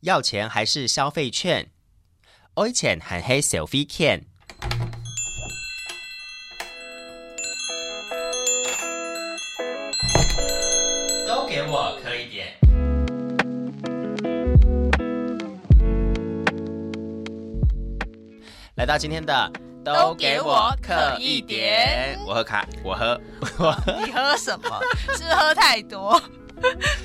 要钱还是消费券？我以前喊黑消费券。都给我磕一点。来到今天的，都给我嗑一点我喝卡，我喝，我喝。你喝什么？是不是喝太多，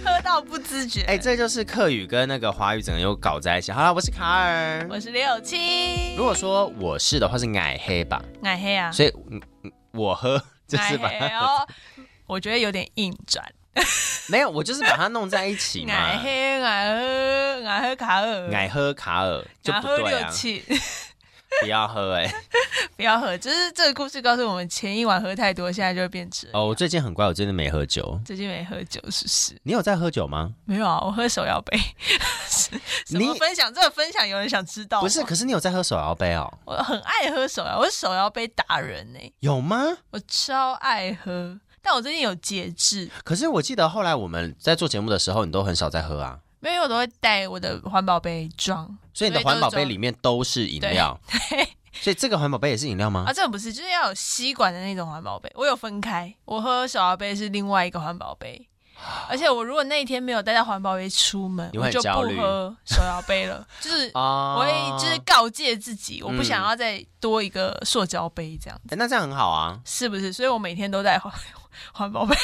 喝到不自觉。哎、这就是客语跟那个华语整个又搞在一起。好了，我是卡尔。我是六七，如果说我是的话，是矮黑吧，奶黑啊，所以嗯嗯我喝就是把奶黑它哦，我觉得有点硬转。 没有，我就是把它弄在一起嘛。奶黑，奶喝，奶喝卡尔，矮喝卡尔就奶不喝对六啊，七，不要喝哎、不要喝。就是这个故事告诉我们，前一晚喝太多，现在就会变质。哦，我最近很乖，我真的没喝酒。最近没喝酒是不是？你有在喝酒吗？没有啊，我喝手摇杯。 什么你分享？这个分享有人想知道吗？不是，可是你有在喝手摇杯哦？我很爱喝手摇，我是手摇杯达人呢、欸有吗？我超爱喝，但我最近有节制，可是我记得后来我们在做节目的时候，你都很少在喝啊，没有因为我都会带我的环保杯装所以你的所以都是环保杯装里面都是饮料。所以这个环保杯也是饮料吗啊，？这个不是，就是要有吸管的那种环保杯，我有分开，我喝手摇杯是另外一个环保杯。而且我如果那一天没有带到环保杯出门，你会我很就焦不虑喝手摇杯 了。就是啊我会就是告诫自己，我不想嗯要再多一个塑胶杯这样，哎那这样很好啊，是不是？所以我每天都带环环保杯，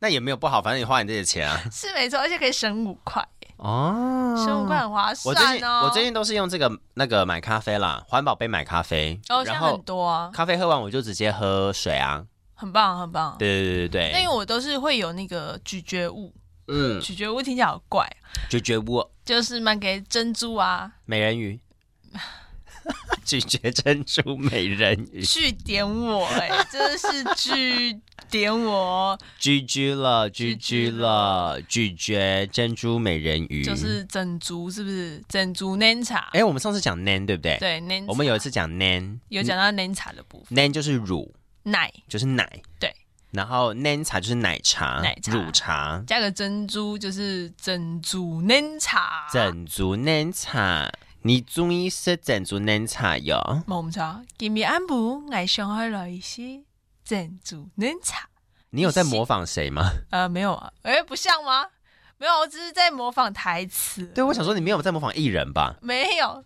那也没有不好，反正你花你自己的钱 啊。是没错，而且可以省五块，哦，省五块很划算我哦。最近我最近都是用这个那个买咖啡啦，环保杯买咖啡，哦，然现在很后多啊，咖啡喝完我就直接喝水啊。很棒很棒。对对对哦那对因对，为我都是会有那个咀嚼物，嗯，咀嚼物听起来好怪，咀嚼物就是卖给珍珠啊、美人鱼， 咀嚼珍珠美人 鱼，据点我、 哎，真的是据点我，居居了居居居居了，咀嚼珍珠美人鱼。就是整珠是不是？整珠 nan 茶，哎，我们上次讲 nan 对不对？对 nan，我们有嗯一次讲 nan，有讲到 nan 茶的部分， nan 就是乳，奶就是奶，对。然后 nan 茶就是奶茶，奶茶乳茶，加个珍珠就是整珠 nan 茶，整足奶茶，你中医是整足奶茶哟。梦茶，今日安布爱上海来一些珍珠 nan 茶，你有在模仿谁吗？呃，没有啊，哎、不像吗？没有，我只是在模仿台词。对，我想说你没有在模仿艺人吧？没有，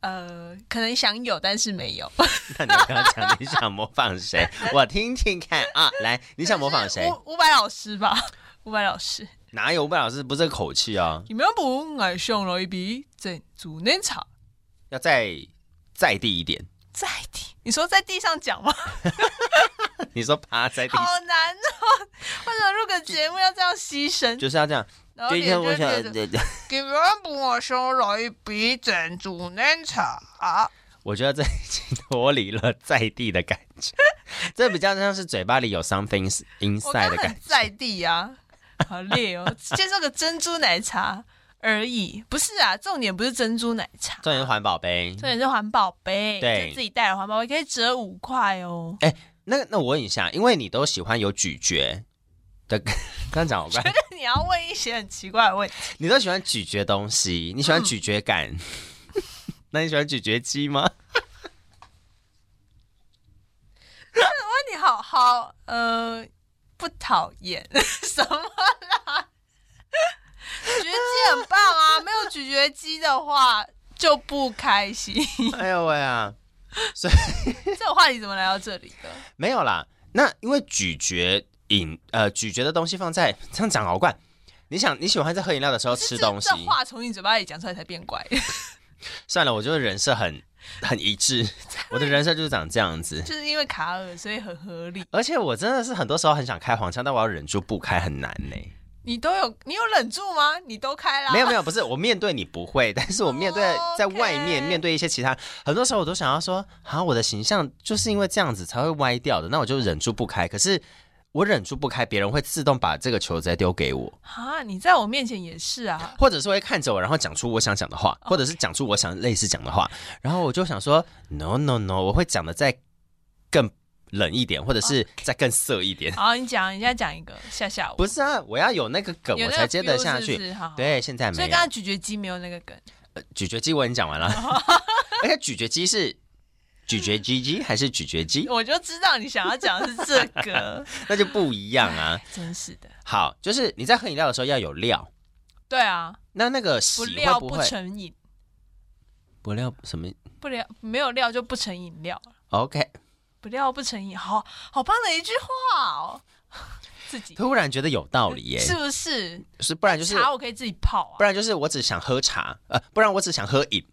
呃，可能想有，但是没有。 那你刚刚讲你想模仿 谁，我听听看啊。来，你想模仿 谁？伍伍佰老师吧，伍佰老师。哪有？吴本老师不是这个口气啊，你们不爱上了一笔整足嫩草，要再再低一 点。在地，你说在地上 讲吗？你说趴在地好上，难哦！为什么录个节目要这样牺牲？就是要这样。然后就一脸天就我会想变，成你们不爱上了一笔整足啊嫩草。我觉得这已经脱离了在地的感觉，这比较像是嘴巴里有 something 我 inside 刚的刚感很在地啊，好累哦！介绍个珍珠奶茶而已，不是啊，重点不是珍珠奶茶，重点是环保杯，重点是环保杯，对就自己带的环保杯可以折五块哦。 那那我问一下，因为你都喜欢有咀嚼的，这样讲好怪，你要问一些很奇怪的问题，你都喜欢咀嚼东西，你喜欢咀嚼感， 那你喜欢咀嚼鸡吗？问你好好呃不讨厌 什么啦？咀嚼肌很棒啊，没有咀嚼肌的话就不开心。 哎呦喂啊，这种话题怎么来到这里的？没有啦，那因为咀嚼饮呃咀嚼的东西放在这样讲好怪，你想你喜欢在喝饮料的时候吃东西这，这话从你嘴巴里讲出来才变怪。算了，我就是人设很很一致，我的人设就是长这样子。就是因为卡尔，所以很合理。而且我真的是很多时候很想开黄腔，但我要忍住不开，很难呢、你都有，你有忍住吗？你都开 啦，没有没有，不是我面对你不会， 但是我面对哦在外面 OK 面对一些其他，很多时候我都想要说，啊，我的形象就是因为这样子才会歪掉的，那我就忍住不开。可是我忍住不开，别人会自动把这个球直接丢给我，啊！你在我面前也是啊，或者是会看着我，然后讲出我想讲的话，或者是讲出我想类似讲的话，然后我就想说，no no no，我会讲的再更冷一点，或者是再更色一点。好，你讲，你现在讲一个吓吓我。不是啊，我要有那个梗，有我那才个接得 feel 下是去。不是，好好对，现在所没以有刚。刚咀嚼肌没有那个梗，呃咀嚼肌我已经讲完了，而且咀嚼肌是咀嚼鸡鸡还是咀嚼鸡，我就知道你想要讲的是这 个，那就不一样啊。真是的。好，就是你在喝饮料的时候要有料。对啊，那那个洗不会料不不会成饮，不料什么不料没有料就不成饮料， ？OK，不料不成饮，好好棒的一句话哦。 自己突然觉得有道理耶，是不是？是不然就是茶我可以自己泡不啊，然就是我只想喝茶，呃，不然我只想喝饮。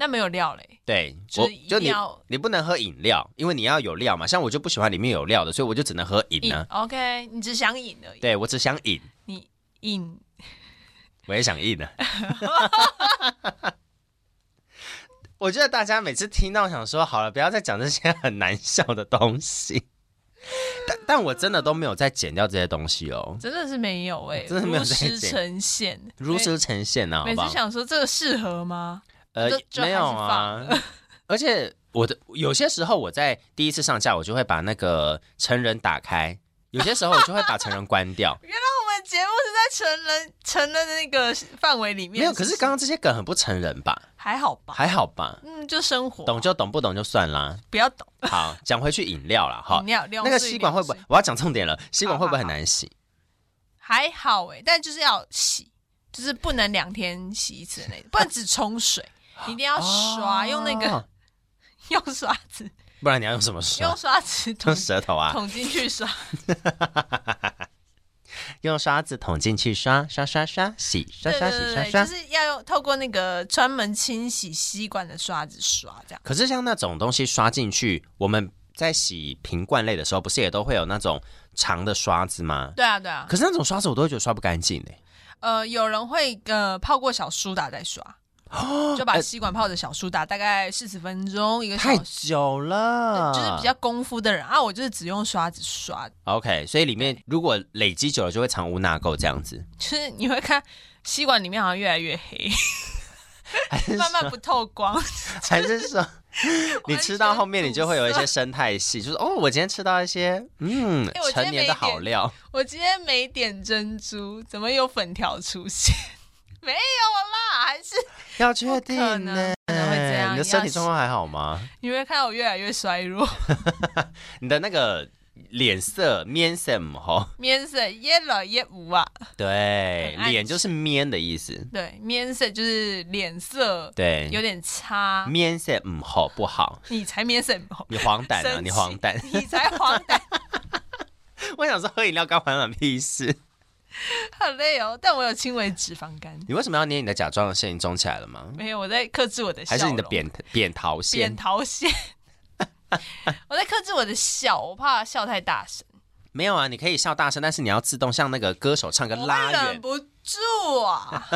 那没有料嘞。对，就我是一就定你要你不能喝饮料，因为你要有料嘛。像我就不喜欢里面有料的，所以我就只能喝饮饮呢。 ，OK，你只想饮而已。啊对我只想饮，你饮我也想硬啊。 我觉得大家每次听到想说好了，不要再讲这些很难笑的东西， 但但我真的都没有再剪掉这些东西哦，真的是没有哎、真的没有如在实剪呈现，如实呈现啊，好不每每好次？想说这个适合吗？呃就，就。没有啊， 而且我的有些时候我在第一次上架，我就会把那个成人打开，有些时候我就会把成人关掉 原来我们节目是在成人成人的那个范围里面，没有，可是不刚刚这些梗很不成人吧？还好吧？还好吧，嗯，就生活懂就懂，不懂就算啦。不要懂。好，讲回去饮料啦，哈饮，料料那个是吸管会不会料是？我要讲重点了，吸管会不会很难洗？还好哎、但就是要洗，就是不能两天洗一次的那种，不能只冲水， 一定要刷，用那个哦， 用刷子，不然你要用什么刷用？刷子捅用舌头啊，捅进去刷。用刷子捅进去刷刷刷刷，洗刷对刷对洗对刷对，刷就。是要用透过那个专门清洗吸管的刷子刷，这样可是像那种东西刷进去，我们在洗瓶罐类的时候，不是也都会有那种长的刷子吗？对啊对啊。可是那种刷子我都会觉得刷不干净哎。呃，有人会呃泡过小苏打 再刷，就呃把吸管泡的小苏打，大概四十分钟一个小太时。久了，就是比较功夫的人啊，我就是只用刷子刷， OK，所以里面如果累积久了就会藏污纳垢这样子，就是你会看吸管里面好像越来越 黑，还是慢慢不透光。 还是说你吃到后面你就会有一些生态系，就是哦，我今天吃到一些嗯、哎我今天成年的好料，我今天没点珍珠，怎么有粉条出现？ 没有啦，还是要确定可呢、能可能会这样你的身体状况还好吗？你会看到我越来越衰弱，你的那个脸色面什么？吼面色越来越无啊。对很，暗脸就是面的意思。对，面色就是脸色对，有点差，面色嗯好不好？你才面色不好，你黄疸生啊，气你黄疸。 你才黄疸， 我想说喝饮料干黄疸屁事？好累哦。但我有轻微脂肪肝，你为什么要捏你的甲状腺？你肿起来了吗？没有，我在克制我的笑还容，是你的扁扁桃腺扁？桃腺。 我在克制我的笑，我怕笑太大声，没有啊，你可以笑大声，但是你要自动像那个歌手唱歌我拉会忍远，不住啊！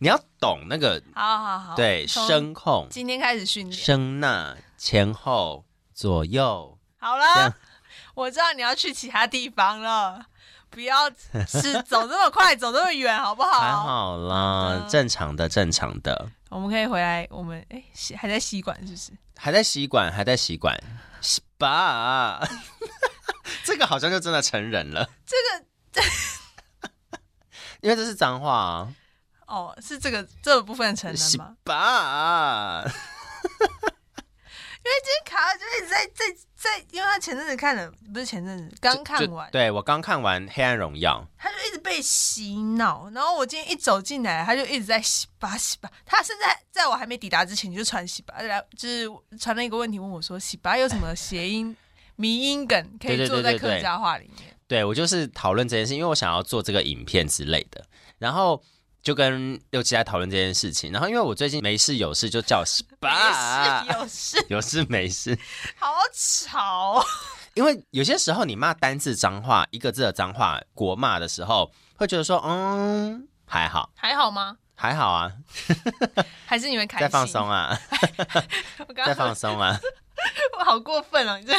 你要懂那个好好好，对从声控、今天开始训练。声呐前后左右。好这样了，我知道你要去其他地方了，不要是走这么快，走这么远，好不好？还好啦，嗯正常的，正常的，我们可以回来，我们哎、吸还在吸管是不是？还在吸管，还在吸管，SPA，这个好像就真的成人了，这个 因为这是脏话啊哦，是这个这个部分成人吗？哎，SPA，因为卡尔就一直在在在，因为他前阵子看了，不是前阵子刚看完就，对我刚看完《黑暗荣耀他就一直被洗脑。然后我今天一走进来，他就一直在洗吧洗吧。他甚至在在我还没抵达之前就传洗吧，来就是传了一个问题问我说，洗吧有什么谐音、迷音梗可对对以做对在对客对家话里面？》，对我就是讨论这件事，因为我想要做这个影片之类的，然后。就跟六七在讨论这件事情，然后因为我最近没事有事就叫 SPA，没事有事，有事没事，好吵。因为有些时候你骂单字脏话，一个字的脏话国骂的时候，会觉得说，嗯，还好，还好吗？还好啊，还是你们开心？在放松。啊， 我刚在刚放松啊。我 好过分哦！你这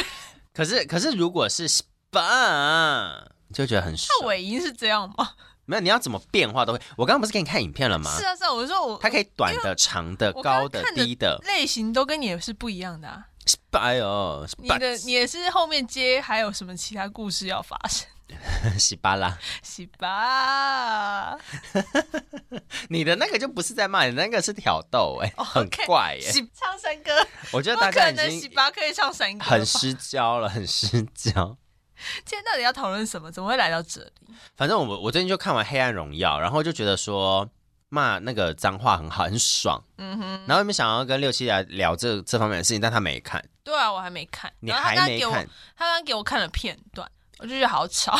可是，可是如果是 spa，就觉得很爽。尾音是这样吗？没有，你要怎么变化都会。我刚刚不是给你看影片了吗？是啊，是啊。我说我它可以短的、长的、我刚高刚的看、的低的类型都跟你是不一样的啊。拜哦，你的你也是后面接还有什么其他故事要发生？ 喜巴拉，喜吧哎你的那个就不是在骂人，那个是挑逗哎、很哦 OK，怪哎、喜唱山歌，我觉得不大家可已能喜经吧可以唱山歌吧。很失焦了，很失焦。今天到底要讨论什么？怎么会来到这里？反正我我最近就看完《黑暗荣耀》，然后就觉得说骂那个脏话很好，很爽。嗯哼，然后没想要跟六七来聊这这方面的事情，但他没看，对啊，我还没看。你然后他还刚没给我，看，他刚给我看了片段，我就觉得好吵，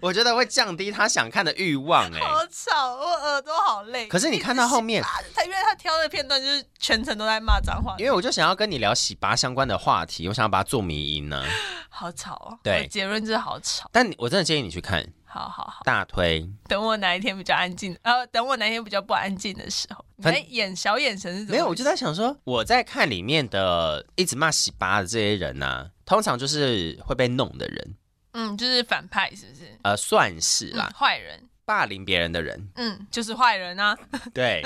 我觉得会降低他想看的欲望哎、好吵，我耳朵好累。可是你看到后面，一直他因为他挑的片段就是全程都在骂脏话因，为我就想要跟你聊洗拔相关的话题，我想要把它做迷音呢。好吵哦。对我结论就是好吵。但你我真的建议你去看，好好好，大推。等我哪一天比较安静，呃，等我哪一天比较不安静的时候，你反在眼小眼神是怎么？没有，我就在想说，我在看里面的一直骂洗拔的这些人呢、啊通常就是会被弄的人，嗯，就是反派是不是？呃，算是啦嗯，，坏人，霸凌别人的人。嗯，就是坏人啊。 对。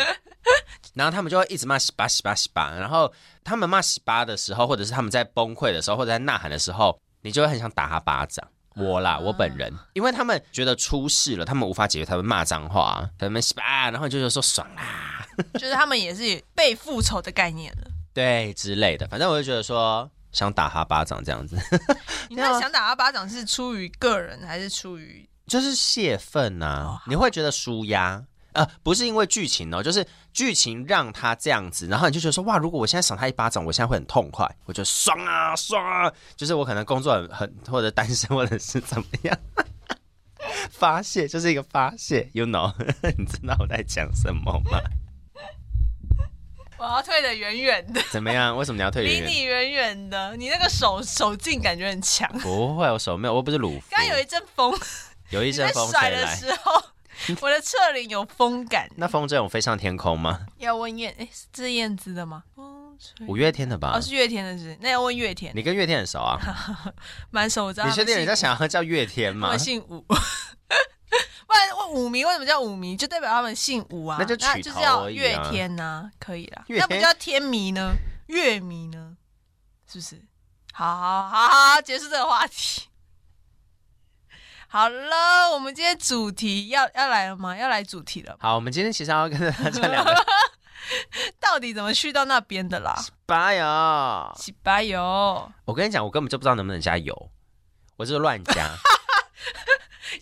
然后他们就会一直骂洗吧洗吧洗吧，然后他们骂洗吧的时候，或者是他们在崩溃的时候，或者在呐喊的时候，你就会很想打他巴掌。我啦，我本人，啊因为他们觉得出事了，他们无法解决，他们骂脏话，啊他们洗吧，然后你就觉得说爽啦，就是他们也是被复仇的概念了。对之类的。反正我就觉得说想打他巴掌这样子，你对那啊想打他巴掌是出于个人还是出于？就是泄愤呐、哦好你会觉得舒压。呃，不是因为剧情哦，就是剧情让他这样子，然后你就觉得说，哇，如果我现在赏他一巴掌，我现在会很痛快，我就爽啊爽啊，就是我可能工作很很或者单身或者是怎么样， 发泄就是一个发泄，you know，你 知道我在讲什么吗？我要退得远远的，怎么样？为什么你要退离远远？你远远的。你那个手手劲感觉很强。不会，我手没有，我又不是鲁夫，刚有一阵风，有一你阵在风甩吹的来，时候，我的侧脸有风感。那风筝有飞上天空吗？要问燕，哎，是这燕子的吗？风吹五月天的吧？哦，是月天的是不是？那要问月天，你跟月天很熟 啊？蛮熟，我知道他你确们姓。定人家想要叫月天他吗们？姓武， 不然我武迷为什么叫武迷？就代表他们姓武啊，那就取就头是要而已月啊天呐、可以啦。月那不天叫天迷呢？月迷呢？是不是？好好好好，结束这个话题。 好了，我们今天主题要要来了吗？要来主题了，好，我们今天其实要跟大家聊 的到底怎么去到那边的啦？八呀。洗白油，哦我跟你讲，我根本就不知道能不能加油，我就是乱加。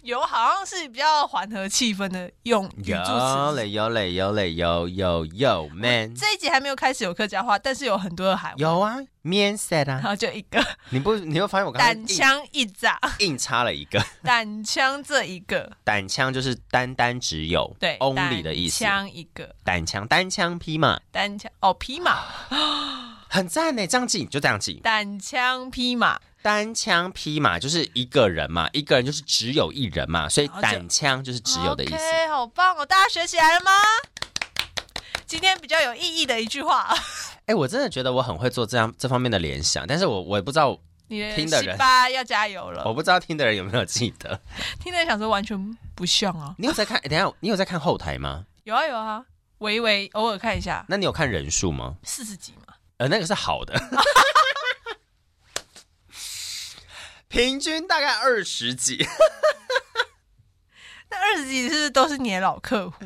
油好像是比较缓和气氛的用语助有词。嘞有嘞有嘞有有有 man，这一集还没有开始有客家话，但是有很多的海外，有啊 man said 然 啊，后就一 个。你不你会发现我刚胆刚硬枪一炸，硬插了一个胆枪这一个，胆枪，就是单单只有对 only 的意思胆，枪一个，胆枪单枪匹马，单枪哦，匹马，很赞呢，这样记就这样记，单枪匹马，单枪匹马就是一个人嘛，一个人就是只有一人嘛，所以然后就胆枪就是只有的意思。 OK，好棒哦，大家学起来了吗？今天比较有意义的一句话，哎、我真的觉得我很会做这样这方面的联想，但是我我也不知道你的听 的人哦西巴要加油了我。不知道听的人有没有记得？听的人想说完全不像啊，你有在看？哎等一下，你有在看后台吗？有啊有啊，微微偶尔看一下，那你有看人数吗？四十集嘛，呃，那个是好的， 平均大概二十几。 那二十集是不是都是你的老客户？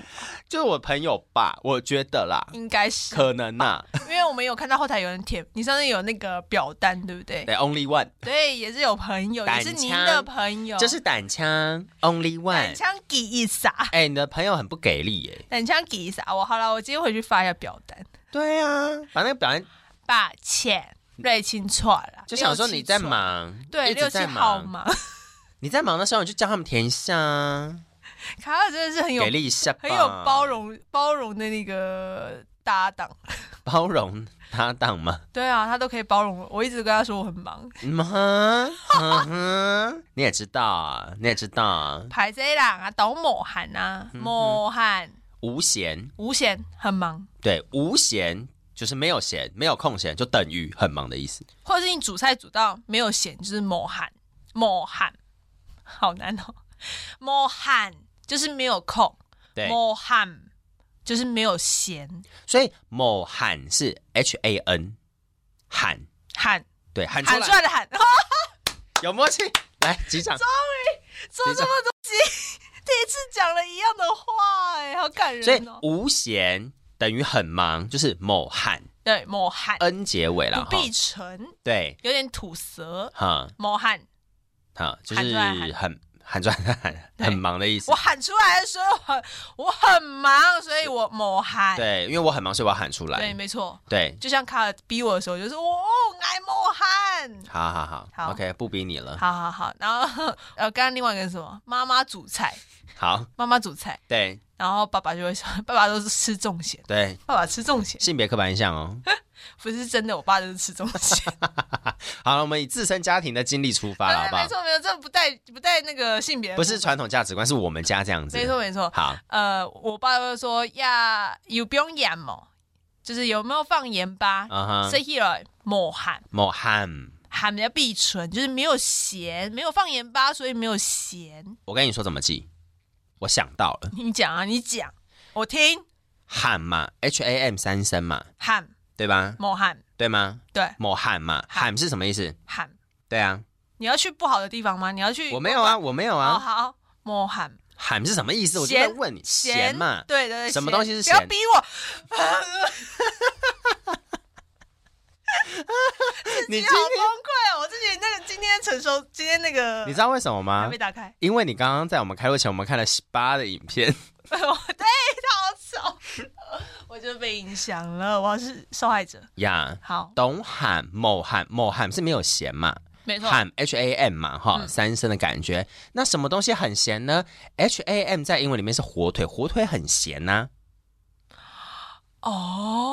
就是我朋友吧，我觉得啦，应该是，可能呐、因为我们有看到后台有人填，你上次有那个表单对不对？对，Only One 对，也是有朋友，也胆是枪您的朋友，就是胆枪，Only 胆 One。枪给一撒，哎、你的朋友很不给力耶、胆枪给一撒。我好了，我今天回去发一下表单，对啊，把那个表现抱歉，瑞清错了，就想说你在六七错了，忙，对，一六直七在号忙。忙。你在忙的时候，你就叫他们填一下啊，卡尔真的是很有给力一啊下吧，很有包容包容的那个搭档，包容搭档吗？对啊，他都可以包容我。我一直跟他说我很忙，嗯哼，嗯哼， 你也知道啊，你也知道啊，排谁啦啊，倒某涵啊，嗯某涵无闲，无闲很忙，对，无闲就是没有闲，没有空闲，就等于很忙的意思。或者是你煮菜煮到没有咸，就是抹汗，抹汗，好难哦，抹汗就是没有空，对，抹汗就是没有咸所以某喊是 H A N，喊喊对，喊出喊来，出来的喊， 哦有默契，来击掌。做这么多集， 第一次讲了一样的话，哎，好感所以人哦。无闲等于很忙，就是某喊对，某喊 n 结尾了呃哈不必。成，对，有点吐舌，哈某喊。哈，就喊出是来很喊出来喊对很忙的意思我。喊出来的时候很，我很忙，所以我某喊。对，因为我很忙，所以我要喊出对，来。没错。对，就像卡尔逼我的时候，我就是哦我爱莫汗。好好好好 o k 不逼你了。好好好，然后呃，刚刚另外一个是什么？妈妈煮菜，好，妈妈煮菜，对然后爸爸就会说， 爸爸都是吃重咸，对，爸爸吃重咸性别刻板印象 哦。不是真的，我爸就是吃重 咸。好了，我们以自身家庭的经历出发了，好不 没好？错没错，这不带不带那个性别，不是，传统价值观，是我们家这样子。没错没错。好，呃，我爸会说呀，有不用盐哦，就是有没有放盐巴？嗯所哼，以了莫喊某喊。喊人家必唇，就是没有咸，没有放盐巴，所以没有咸。我跟你说怎么记，我想到了，你讲啊，你讲，我听喊嘛，H A M 三声嘛，喊对吧？莫喊，对吗？对某喊嘛，喊喊是什么意思？喊。对啊，你要去不好的地方吗？你要去？我没有啊，我没有哦，啊，好，莫喊喊是什么意思？我就咸在问你，咸嘛，对对对，什么咸东西是不要咸逼我，你你今好崩天溃哦！我自己那个今天承受，今天那个你知道为什么还吗没？打开， 因为你刚刚在我们开录前，我们看了十八的影片，对，好吵， 我就被影响了，我是受害者。呀、好，懂喊某喊某喊是没有咸嘛，没错，喊 H A M 嘛哈，嗯三声的感觉。那什么东西很咸呢？H A M 在英文里面是火腿，火腿很啊咸呐、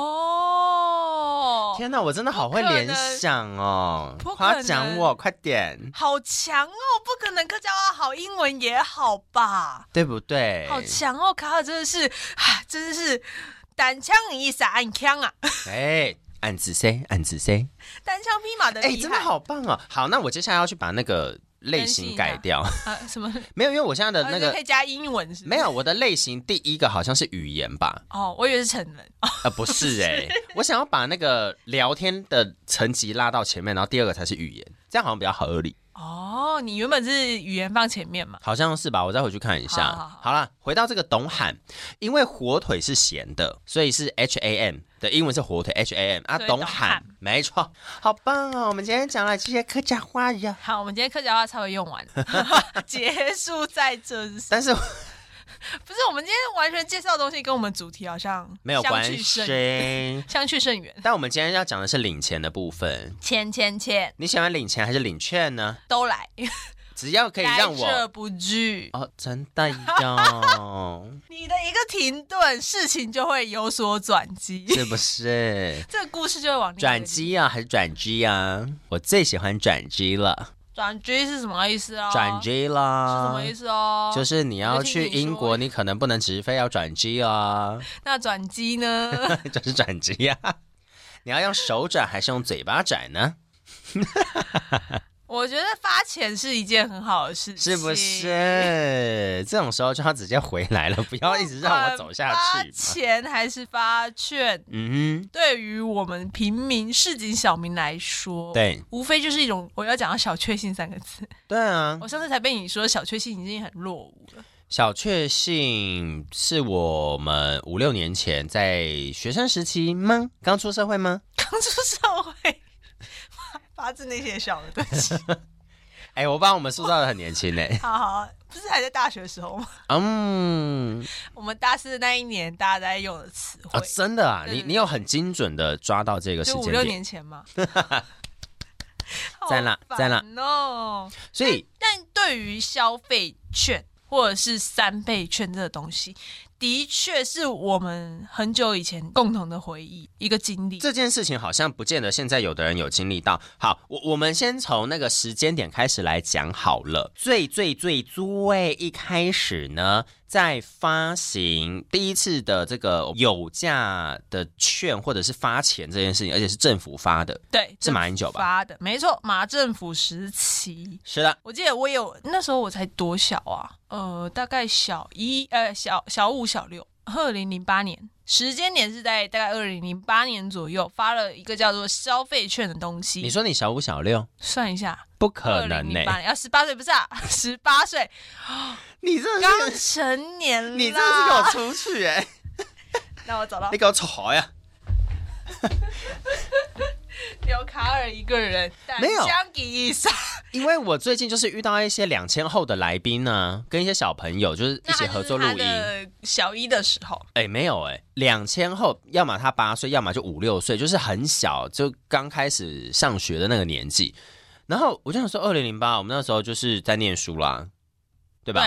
哦，天哪，我真的好会不可联能想哦不！可夸奖能我，快点，好强哦！不可能，客家话好，英文也好吧？对不对？好强哦！卡尔真的是，啊真的是单枪一闪暗枪啊， 哎，暗自 C，暗自 C，单枪匹马的哎，厉真的害好棒哦！好，那我接下来要去把那个类型改掉， 啊！什么？没有，因为我现在的那啊可个以加英文是不是？没有我的类型，第一个好像是语言吧？哦，我以为是成人。呃，不是 哎，我想要把那个聊天的层级拉到前面，然后第二个才是语言，这样好像比较合理，哦，你原本是语言放前面嘛？好像是吧？我再回去看一下好好。好好啦，回到这个懂喊，因为火腿是咸的，所以是 H A M 的英文是火腿 H A M 啊，所以懂懂喊喊没错，好棒哦！我们今天讲了这些客家话呀。好，我们今天客家话稍微用完， 结束在这是但是不是？我们今天完全介绍的东西跟我们主题好像没有相关去甚。系相去甚远。但我们今天要讲的是领钱的部分，钱钱钱你喜欢领钱还是领券呢？都来，只要可以让来我者不拒。哦，真的哟，你的一个停顿，事情就会有所转机，是不 是？这个故事就会往另一个转机啊，还是转机啊？我最喜欢转机了，转机是什么意思哦？转是机什啦么意。思哦？就是你要我听去你英说国，你可能不能直飞，要转机 啊，那转机呢？ 就是转机啊。你要用手转还是用嘴巴转呢？我觉得发钱是一件很好的事情，是不？是？这种时候就要直接回来了，不要一直让我走下去发嘛。钱还是发券，嗯对于我们平民市井小民来说，哼，，对无非就是一种我要讲到小确幸三个字。对啊，我上次才被你说小确幸已经很落伍了， 小确幸是我们五六年前在学生时期吗？刚出社会吗？刚出社会，发自内心的笑了，对不起。 哎、我把我们塑造的很年轻嘞。好好，不是还在大学的时候吗？ 嗯，我们大四的那一年，大家在用的词汇哦，，真的啊，对你对对你有很精准的抓到这个时就五间六点，年 前嘛。在哪在哪？no。所以哦但对于消费券或者是三倍券这个东西，的确是我们很久以前共同的回忆，一个经历。这件事情好像不见得现在有的人有经历到。好，我我们先从那个时间点开始来讲好了。最最最最一开始呢，在发行第一次的这个有价的券或者是发钱这件事情，而且是政府发的，对，是马英九政府 吧？发的，没错，马政府时期。是的，我记得我有那时候我才多小啊，呃，大概小一呃小小五小六，二零零八年时间点是在大概二零零八年左右发了一个叫做消费券的东你西。说呃你小五小六，算一下，不二可能呢、零零八年要十八岁不是啊？十 八岁你这刚成年啦。你这是给我出去哎、那我走了你，给我吵呀！留卡尔一个人，但没有相比一下，因为我最近就是遇到一些两千后的来宾呢、跟一些小朋友就是一那起合作录他就音。是他的小一的时候，哎、没有哎、两千后，要么他八岁，要么就五六岁，就是很小，就刚开始上学的那个年纪。然后我就想说，二零零八，我们那时候就是在念书啦，对对吧？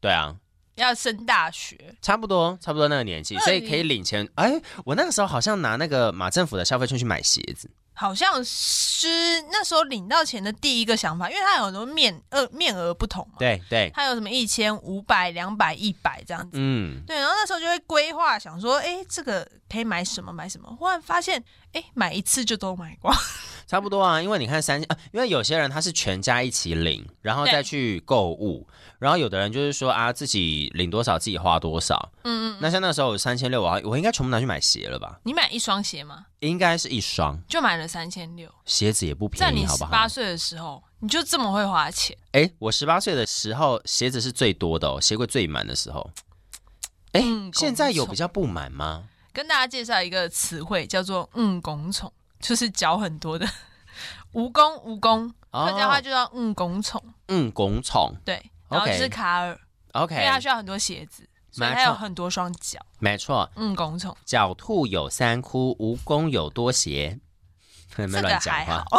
对啊，要升大学，差不多，差不多那个年纪， 20所以可以领钱。哎，我那个时候好像拿那个马政府的消费券去买鞋子，好像是那时候领到钱的第一个想法，因为它有很多面呃面额不同嘛，对对，它有什么一千、五百、两百、一百这样子。嗯，对，然后那时候就会规划，想说，哎，这个可以买什么买什么。忽然发现，哎，买一次就都买 光。差不多啊，因为你看三啊，因为有些人他是全家一起领，然后对再去购物，然后有的人就是说啊，自己领多少自己花多少。嗯嗯，那像那时候三千六，我好我应该全部拿去买鞋了吧？你买一双鞋吗？应该是一双就买了三千六，鞋子也不在便宜，你好十不八好？岁的时候，你就这么会花钱。哎，我十八岁的时候鞋子是最多的哦，鞋柜最满的时候。哎嗯，现在有拱手比较不满吗？跟大家介绍一个词汇，叫做“嗯拱宠”，就是脚很多的 蜈蚣。蜈蚣，哦客家话就叫“嗯拱宠嗯，拱宠”。对， OK 然后就是卡尔，因为，OK，他需要很多鞋子，所以没他有错，很多双脚。没错，嗯拱宠，狡兔有三窟，蜈蚣有多邪。 没这个乱讲还话好，，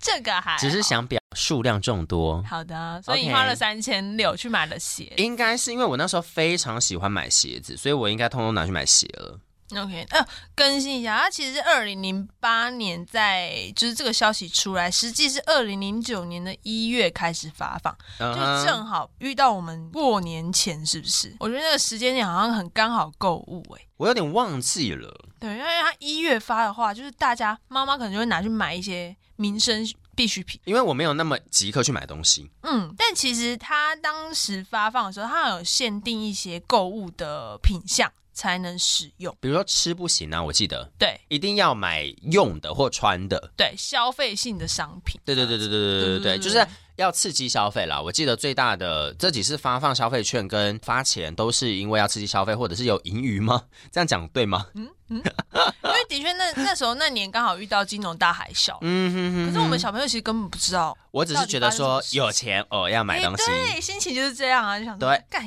这个还好只是想表数量众多。好的啊，所以你 OK 花了三千六去买了鞋。应该是因为我那时候非常喜欢买鞋子，所以我应该通通拿去买鞋了。 OK，呃，更新一下，它其实是二零零八年在，就是这个消息出来，实际是二零零九年的一月开始发放。嗯就哼正好遇到我们过年前，是不是？我觉得那个时间点好像很刚好购物哎、我有点忘记了。对，因为他一月发的话，就是大家妈妈可能就会拿去买一些民生必需品。因为我没有那么即刻去买东西。嗯，但其实他当时发放的时候，他有限定一些购物的品项才能使用。比如说吃不行啊，我记得对一定要买用的或穿的。对，消费性的商品。啊对对对对对对对对，就是嗯要刺激消费啦。我记得最大的这几次发放消费券跟发钱，都是因为要刺激消费，或者是有盈余吗？这样讲对吗？嗯因为的确那那时候那年刚好遇到金融大海啸，嗯哼哼可是我们小朋友其实根本不知道，我只是觉得到底说发生什么事有钱哦要买哎东西，对，心情就是这样啊，就想说对干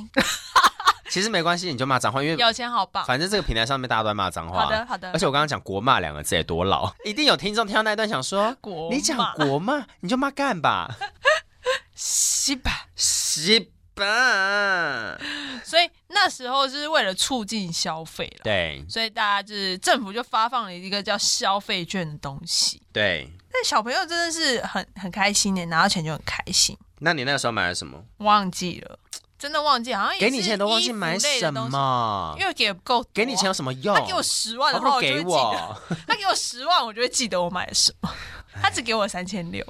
其实没关系，你就骂脏话，因为有钱好棒。反正这个平台上面大家都在骂脏话。好的好的嗯而，且我刚刚讲国骂两个字也多老，一定有听众听到那一段想说，国你讲国骂你就骂干 吧，西吧，西吧。所以那时候就是为了促进消费了，对所以大家就是政府就发放了一个叫消费券的东西。对，那小朋友真的是很很开心的，拿到钱就很开心。那你那个时候买了什么？忘记了，真的忘记，好像也给是你钱都忘记买什衣服类的东么西，，因为给不够多，给你钱有什么用？他给我十万还的不话，如我就会给记得。我，他给我十万，我就会记得我买了什么。 他只给我三千六，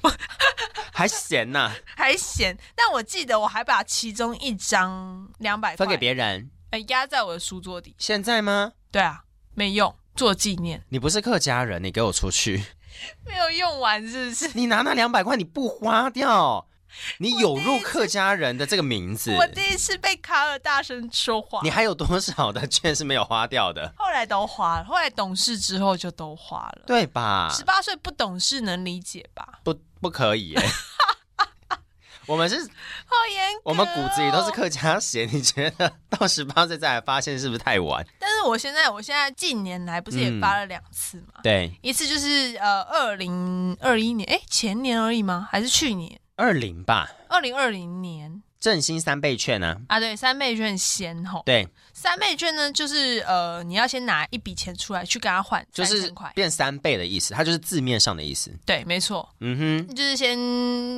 还闲 呐、还嫌。但我记得我还把其中一张两百块分给别人。呃压在我的书桌底。现在吗？对啊，没用，做纪念。你不是客家人，你给我出去！没有用完是不是？你拿那两百块你不花掉，你有入客家人的这个名字，我第一次被卡尔大声说话你，还有多少的券是没有花掉 的？后来都花了，后来懂事之后就都花了。对吧？十八岁不懂事能理解吧？不，不可以耶、我们是，好严格、哦我们骨子里都是。客家血，你觉得到十八岁再来发现是不是太晚？但是我现在，我现在近年来不是嗯也发了两次嘛？对，一次就是呃，二零二一年，哎，前年而已吗？还是去年？二零吧，二零二零年振兴三倍券呢、啊，对，三倍券先吼啊？。对，三倍券呢，就是呃，你要先拿一笔钱出来去跟他换就三是千块。变三倍的意思，它就是字面上的意思。对，没错，嗯哼，就是先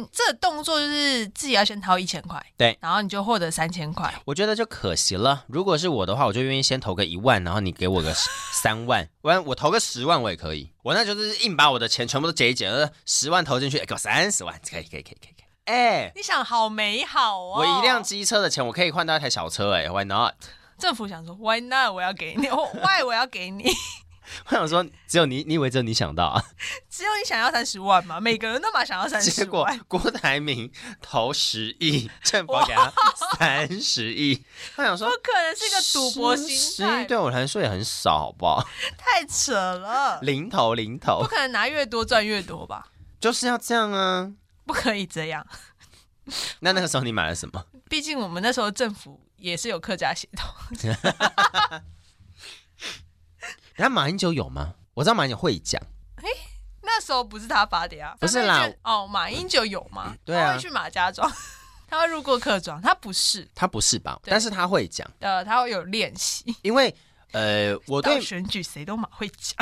这个动作就是自己要先掏一千块，对，然后你就获得三千块。我觉得就可惜了。如果是我的话，我就愿意先投个一万，然后你给我个 三万，我我投个十万我也可以。我那就是硬把我的钱全部都解一解，呃十万投进去，哎给我三十万，可以可以可以可以可以。哎、你想，好美好哦！我一辆机车的钱，我可以换到一台小车、哎，Why not？政府想说，Why not？我要给你我，Why 我要给你？ 我想说，只有你，你以为只有你想到啊？只有你想要三十万嘛，每个人都嘛想要 三结十果万。郭台铭投十亿，政府给他三十亿，他想我说可能是一个赌博十心十亿态，对我来说也很少，好不好？太扯了，零头零不头，可能拿越多赚越多吧？ 就是要这样啊。不可以这样，那那个时候你买了什么？毕竟我们那时候政府也是有客家血统，然后马英九有吗？我知道马英九会讲， 那时候不是他发的呀，不是啦上面就哦，马英九有吗？对啊他会去马家庄， 他会入过客庄，他不是，他不是吧？对但是他会讲，呃，他会有练习。因为呃，我对到，选举谁都马会讲，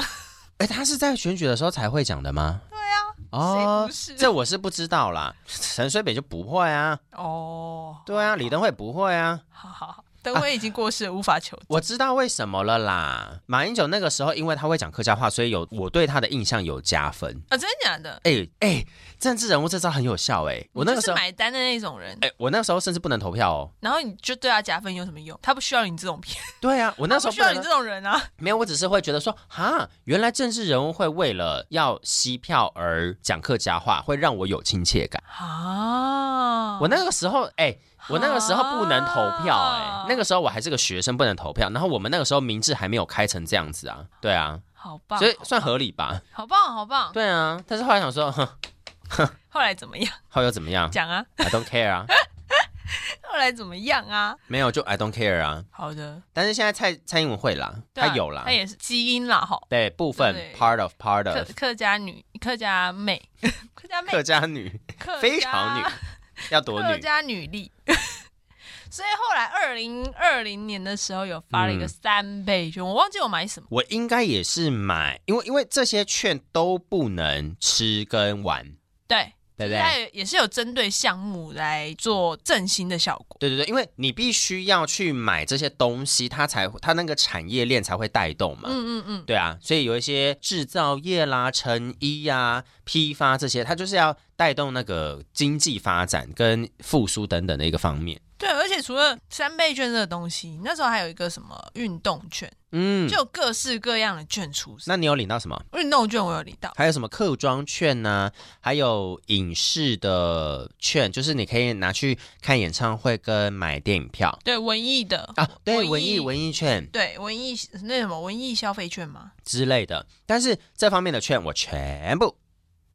哎，他是在选举的时候才会讲的吗？对啊，谁哦不，是？这我是不知道啦。陈水扁就不会啊，哦，对啊，李登辉不会啊。好好好，等我已经过世了，无法求证。我知道为什么了啦。马英九那个时候，因为他会讲客家话，所以有我对他的印象有加分。啊，真的假的？哎、哎、政治人物这招很有效哎、我那个你时就是候，哎、买单的那种人，我那个时候甚至不能投票哦。然后你就对他加分有什么用？他不需要你这种骗，对啊，我那时他候不需要你能这种人啊。没有，我只是会觉得说，哈，原来政治人物会为了要吸票而讲客家话，会让我有亲切感。啊，我那个时候，哎、我那个时候不能投票、啊哎，那个时候我还是个学生，不能投票。然后我们那个时候民智还没有开成这样子啊，对啊，好棒，所以算合理吧？好棒，好棒。对啊，但是后来想说， 哼，后来怎么样？后来又怎么样讲啊， ？I don't care 啊，后来怎么样啊？没有就 I don't care 啊。好的，但是现在蔡蔡英文会啦，对啊她有啦她，也是基因啦，哈。对部分对 part of part 客 of 客家女、客家妹、 客家妹、客家女，客家非常女，要多客女，家女力。 所以后来二零二零年的时候有发了一个嗯三倍券，我忘记我买什么。我应该也是买，因为因为这些券都不能吃跟玩，对，对不它对？也也是有针对项目来做振兴的效果。对对对，因为你必须要去买这些东西，它才它那个产业链才会带动嘛。嗯嗯嗯，对啊，所以有一些制造业啦、成衣呀、批发这些，它就是要带动那个经济发展跟复苏等等的一个方面。对，而且除了三倍券这个东西，那时候还有一个什么运动券，嗯就，有各式各样的券出现。那嗯你有领到什么？运动券我有领到，还有什么客装券呢、还有影视的券，就是你可以拿去看演唱会跟买电影票对文艺的，啊，对，文文艺艺文艺券对文艺那什么文艺消费券嘛。之类的。但是这方面的券我全部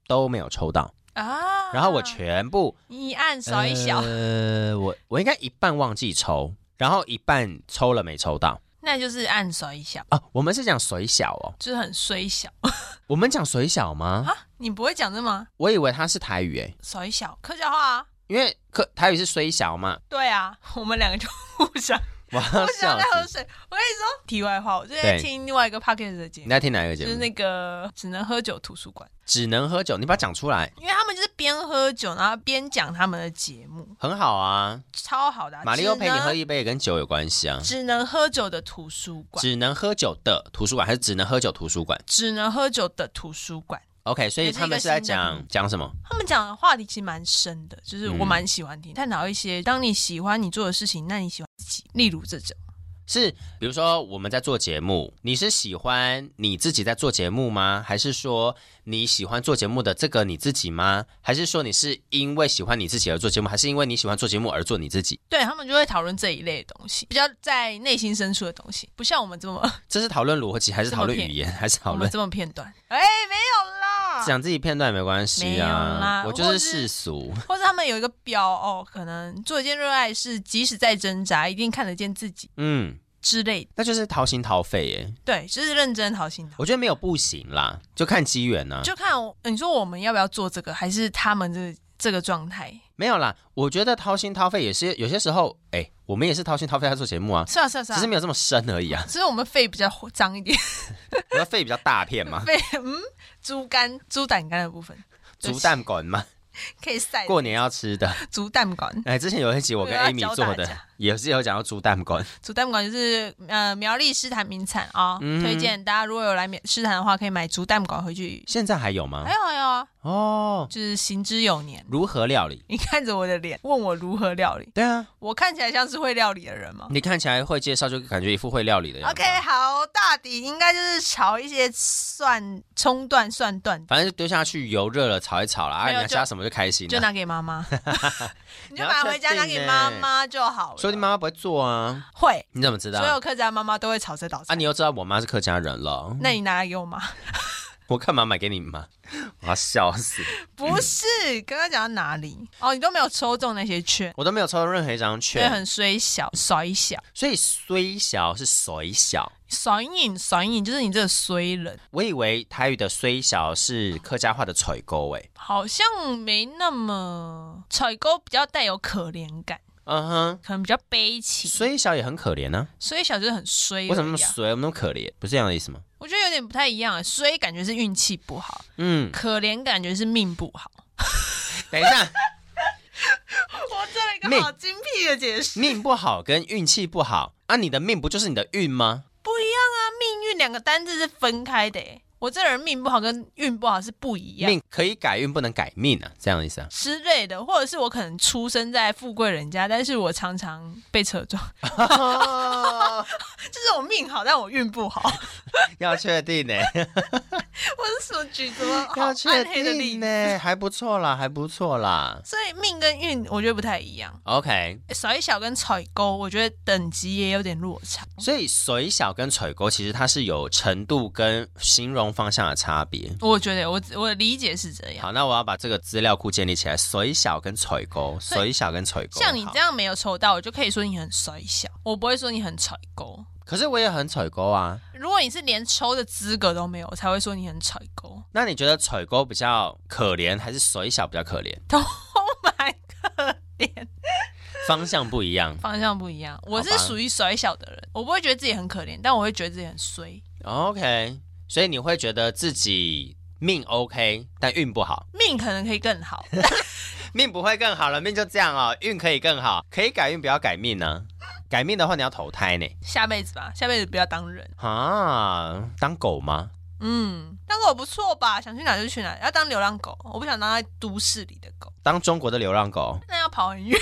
都没有抽到，啊，然后我全部一按少一小，呃，我我应该一半忘记抽，然后一半抽了没抽到 那就是按少一小，啊。我们是讲水小哦，就是很衰小我们讲水小吗？啊。你不会讲这吗？我以为它是台语诶，少一小，客家话啊。因为可台语是水小嘛。对啊， 我们两个就互相我互要相 笑在喝死！水。我跟你说，题外话，我最近在对听另外一个 p o c k e t 的节你目，在听哪一个节就是目？那个只能喝酒图书馆，只能喝酒，你把它讲出来，因为他们就是边喝酒然后边讲他们的节目，很好啊。超好的啊、马里奥只陪你能喝一杯也跟酒有关系啊。只能喝酒的图书馆，只能喝酒的图书馆还是只能喝酒图书馆只能喝酒的图书馆。 ？OK，所以他们是在讲讲什么？他们讲的话题其实蛮深的，就是我嗯蛮喜欢听，探讨一些当你喜欢你做的事情，那你喜欢自己，例如这种。是，比如说我们在做节目，你是喜欢你自己在做节目吗？还是说你喜欢做节目的这个你自己吗？还是说你是因为喜欢你自己而做节目，还是因为你喜欢做节目而做你自己？对他们就会讨论这一类的东西，比较在内心深处的东西，不像我们这么这是讨论逻辑，还是讨论语言，还是我讨们论这么片段。哎、没有啦，讲自己片段也没关系没有啦啊？我就或是是世俗，或者他们有一个标哦，可能做一件热爱的事，即使再挣扎，一定看得见自己嗯，之类的。那就是掏心掏肺耶。对，就是认真讨心的。我觉得没有不行啦，就看机缘呐。就看我你说我们要不要做这个，还是他们这这个状态？没有啦，我觉得掏心掏肺也是有些时候，哎、我们也是掏心掏肺在做节目啊，是啊，是啊，是只啊是。没有这么深而已 啊。只是我们肺比较脏一点， 我的肺比较大片嘛。肺嗯，猪肝、猪胆肝的部分竹蛋管嘛，可以晒过年要吃 的。猪胆管，哎，之前有一集我跟哎对啊教 Amy 做大家的，也是有讲到猪蛋 管。煮蛋馆就是呃苗栗诗坛名产啊、嗯推荐大家如果有来苗诗坛的话，可以买煮蛋馆回去。现在还有吗还？有还有啊，哦，就是行之有年。如何料理？你看着我的脸，问我如何料理，对啊，我看起来像是会料理的人吗你看起来会介绍，就感觉一副会料理的样子。 ？OK，好，大抵应该就是炒一些蒜、葱段、蒜段，反正就丢下去油热了，炒一炒啦，啊，没有你要就加什么就开心就了。拿给 妈妈，你就你要买回家确拿定给欸妈妈就好了。说不定妈妈不会做啊，会，你怎么知道所？有客家妈妈都会炒这道啊，菜。你又知道我妈是客家人了，那你拿来给 我妈？我干嘛买给你妈？我要笑死！不是，刚刚讲到哪里？哦，你都没有抽中那些券，我都没有抽到任何一张所以券，很衰小，衰小，所以虽小是水小。衰影，衰影就是你这个衰人，我以为台语的虽小是客家话的欸垂沟诶，好像没那么采购比较带有可怜感，嗯哼，可能比较悲情，虽小也很可怜呢、衰小就是很衰而已啊。为什么那么衰，我们那么可怜？不是这样的意思吗？我觉得有点不太一样啊，衰感觉是运气不好，嗯，可怜感觉是命不好。等一下，我做了一个命好精辟的解释。命不好跟运气不好啊，你的命不就是你的运吗？不一样啊，命运两个单字是分开的耶。我这人命不好跟运不好是不一样命可以改运，不能改命啊，这样的意思啊？之类的，或者是我可能出生在富贵人家，但是我常常被车撞，哦就是我命好，但我运不好。 要确定呢、我是说举什么好要确 暗黑的例定呢、欸子？还不错啦，还不错啦。所以命跟运我觉得不太一样， OK，甩小跟踩勾，我觉得等级也有点落差。所以水小跟水沟其实它是有程度跟形容方向的差别。我觉得我我的理解是这样。好，那我要把这个资料库建立起来，水小跟水沟，所水小跟水沟。像你这样，样没有抽到，我就可以说你很衰小，我不会说你很踩勾。可是我也很水沟啊。如果你是连抽的资格都没有，我才会说你很踩勾。那你觉得水沟比较可怜，还是水小比较可怜？ Oh my god！方向不一样 方向不一样，我是好吧属于甩小的人，我不会觉得自己很可怜，但我会觉得自己很衰， ，OK，所以你会觉得自己命 OK，但运不好，命可能可以更 好。命不会更好了，命就这样哦，运可以更好，可以改运，不要改命呢、改命的话，你要投胎呢？下辈子吧，下辈子不要当人。啊，当狗吗？嗯，当狗不错吧，想去哪就去哪，要当流浪狗，我不想当在都市里的狗，当中国的流浪 狗那要跑很远，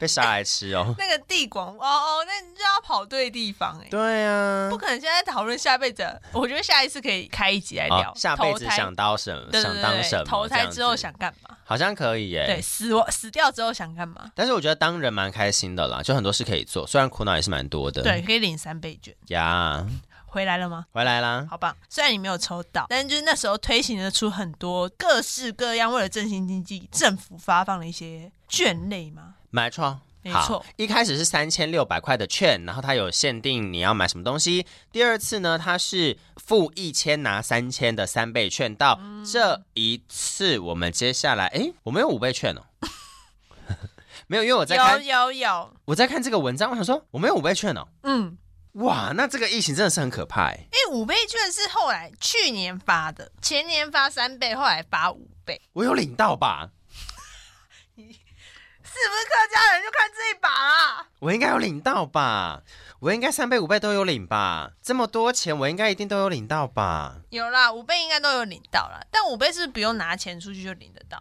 被杀来吃哦？那个地广哦哦，那你就要跑对地方哎、对啊不，可能现在讨论下辈子，我觉得下一次可以开一集来聊、好，哦下辈投子胎想当什么？对对想对当对什么？投这胎样子之后想干嘛？好像可以耶。对，死亡死掉之后想干嘛？但是我觉得当人蛮开心的啦，就很多事可以做，虽然苦恼也是蛮多的。对，可以领三倍券，呀回来了吗？回来啦。好棒！虽然你没有抽到，但是就是那时候推行得出很多各式各样为了振兴经济，政府发放的一些券类嘛。买错。没好错，一开始是三千六百块的券，然后它有限定你要买什么东西。第二次呢，它是付一千拿三千的三倍券。到嗯这一次，我们接下来，诶，我们有五倍券 哦，没有，因为我在有啊看有有，我在看这个文章，我想说我们有五倍券哦，嗯，哇，那这个疫情真的是很可怕欸诶。因为五倍券是后来去年发的，前年发三倍，后来发五倍，我有领到吧？是不是客家人就看这一把啊？我应该有领到吧？我应该三倍五倍都有领吧？这么多钱，我应该一定都有领到吧？有啦，五倍应该都有领到啦，但五倍是不用拿钱出去就领得到。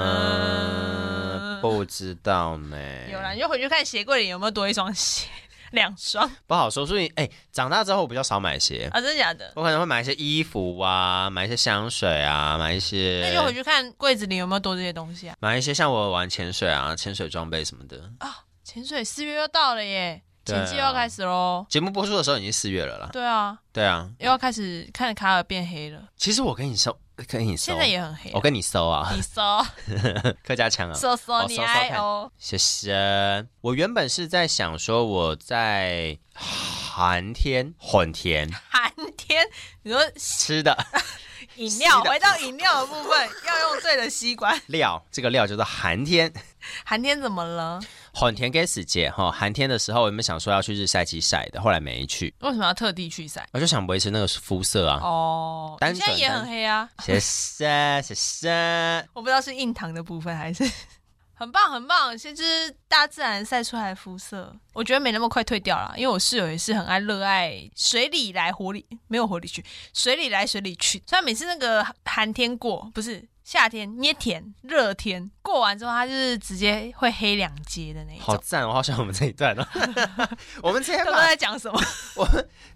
嗯，不知道呢，啊有啦，你就回去看鞋柜里有没有多一双鞋，两 双不好说。所以，哎、长大之后我比较少买鞋，啊，真的假的？我可能会买一些衣服啊，买一些香水啊，买一那就回些，去看柜子里有没有多这些东西啊。买一些像我玩潜水啊，潜水装备什么的。潜水四月又到了耶，对啊潜季又要开始喽。节目播出的时候已经四月了啦，对啊，对啊。又要开始看卡尔变黑了，其实我跟你搜，跟你搜现，在也很黑啊。我跟你搜啊，你 搜客家腔啊，搜搜哦你搜搜爱看哦，谢谢。我原本是在想说我在寒天混田寒天，你说吃的。饮料，是的回到饮料的部分，要用对的吸管。 料，这个料叫做寒天。 寒天怎么了？很甜给死节哈，寒天的时候我们想说要去日晒机晒的，后来没去，为什么要特地去晒？我就想维持那个肤色啊。哦，单你现在纯也单很黑啊。谢谢谢谢，我不知道是印堂的部分还是 很棒很棒，先知大自然晒出来的肤色，我觉得没那么快退掉了，因为我室友也是很爱热爱水里来火里，没有火里去，水里来水里去。所以每次那个寒天过，不是夏天捏甜热天过完之后，它就是直接会黑两阶的那一好种。赞！我好喜欢我们这一段哦。 我们今天都不知把道在讲什么，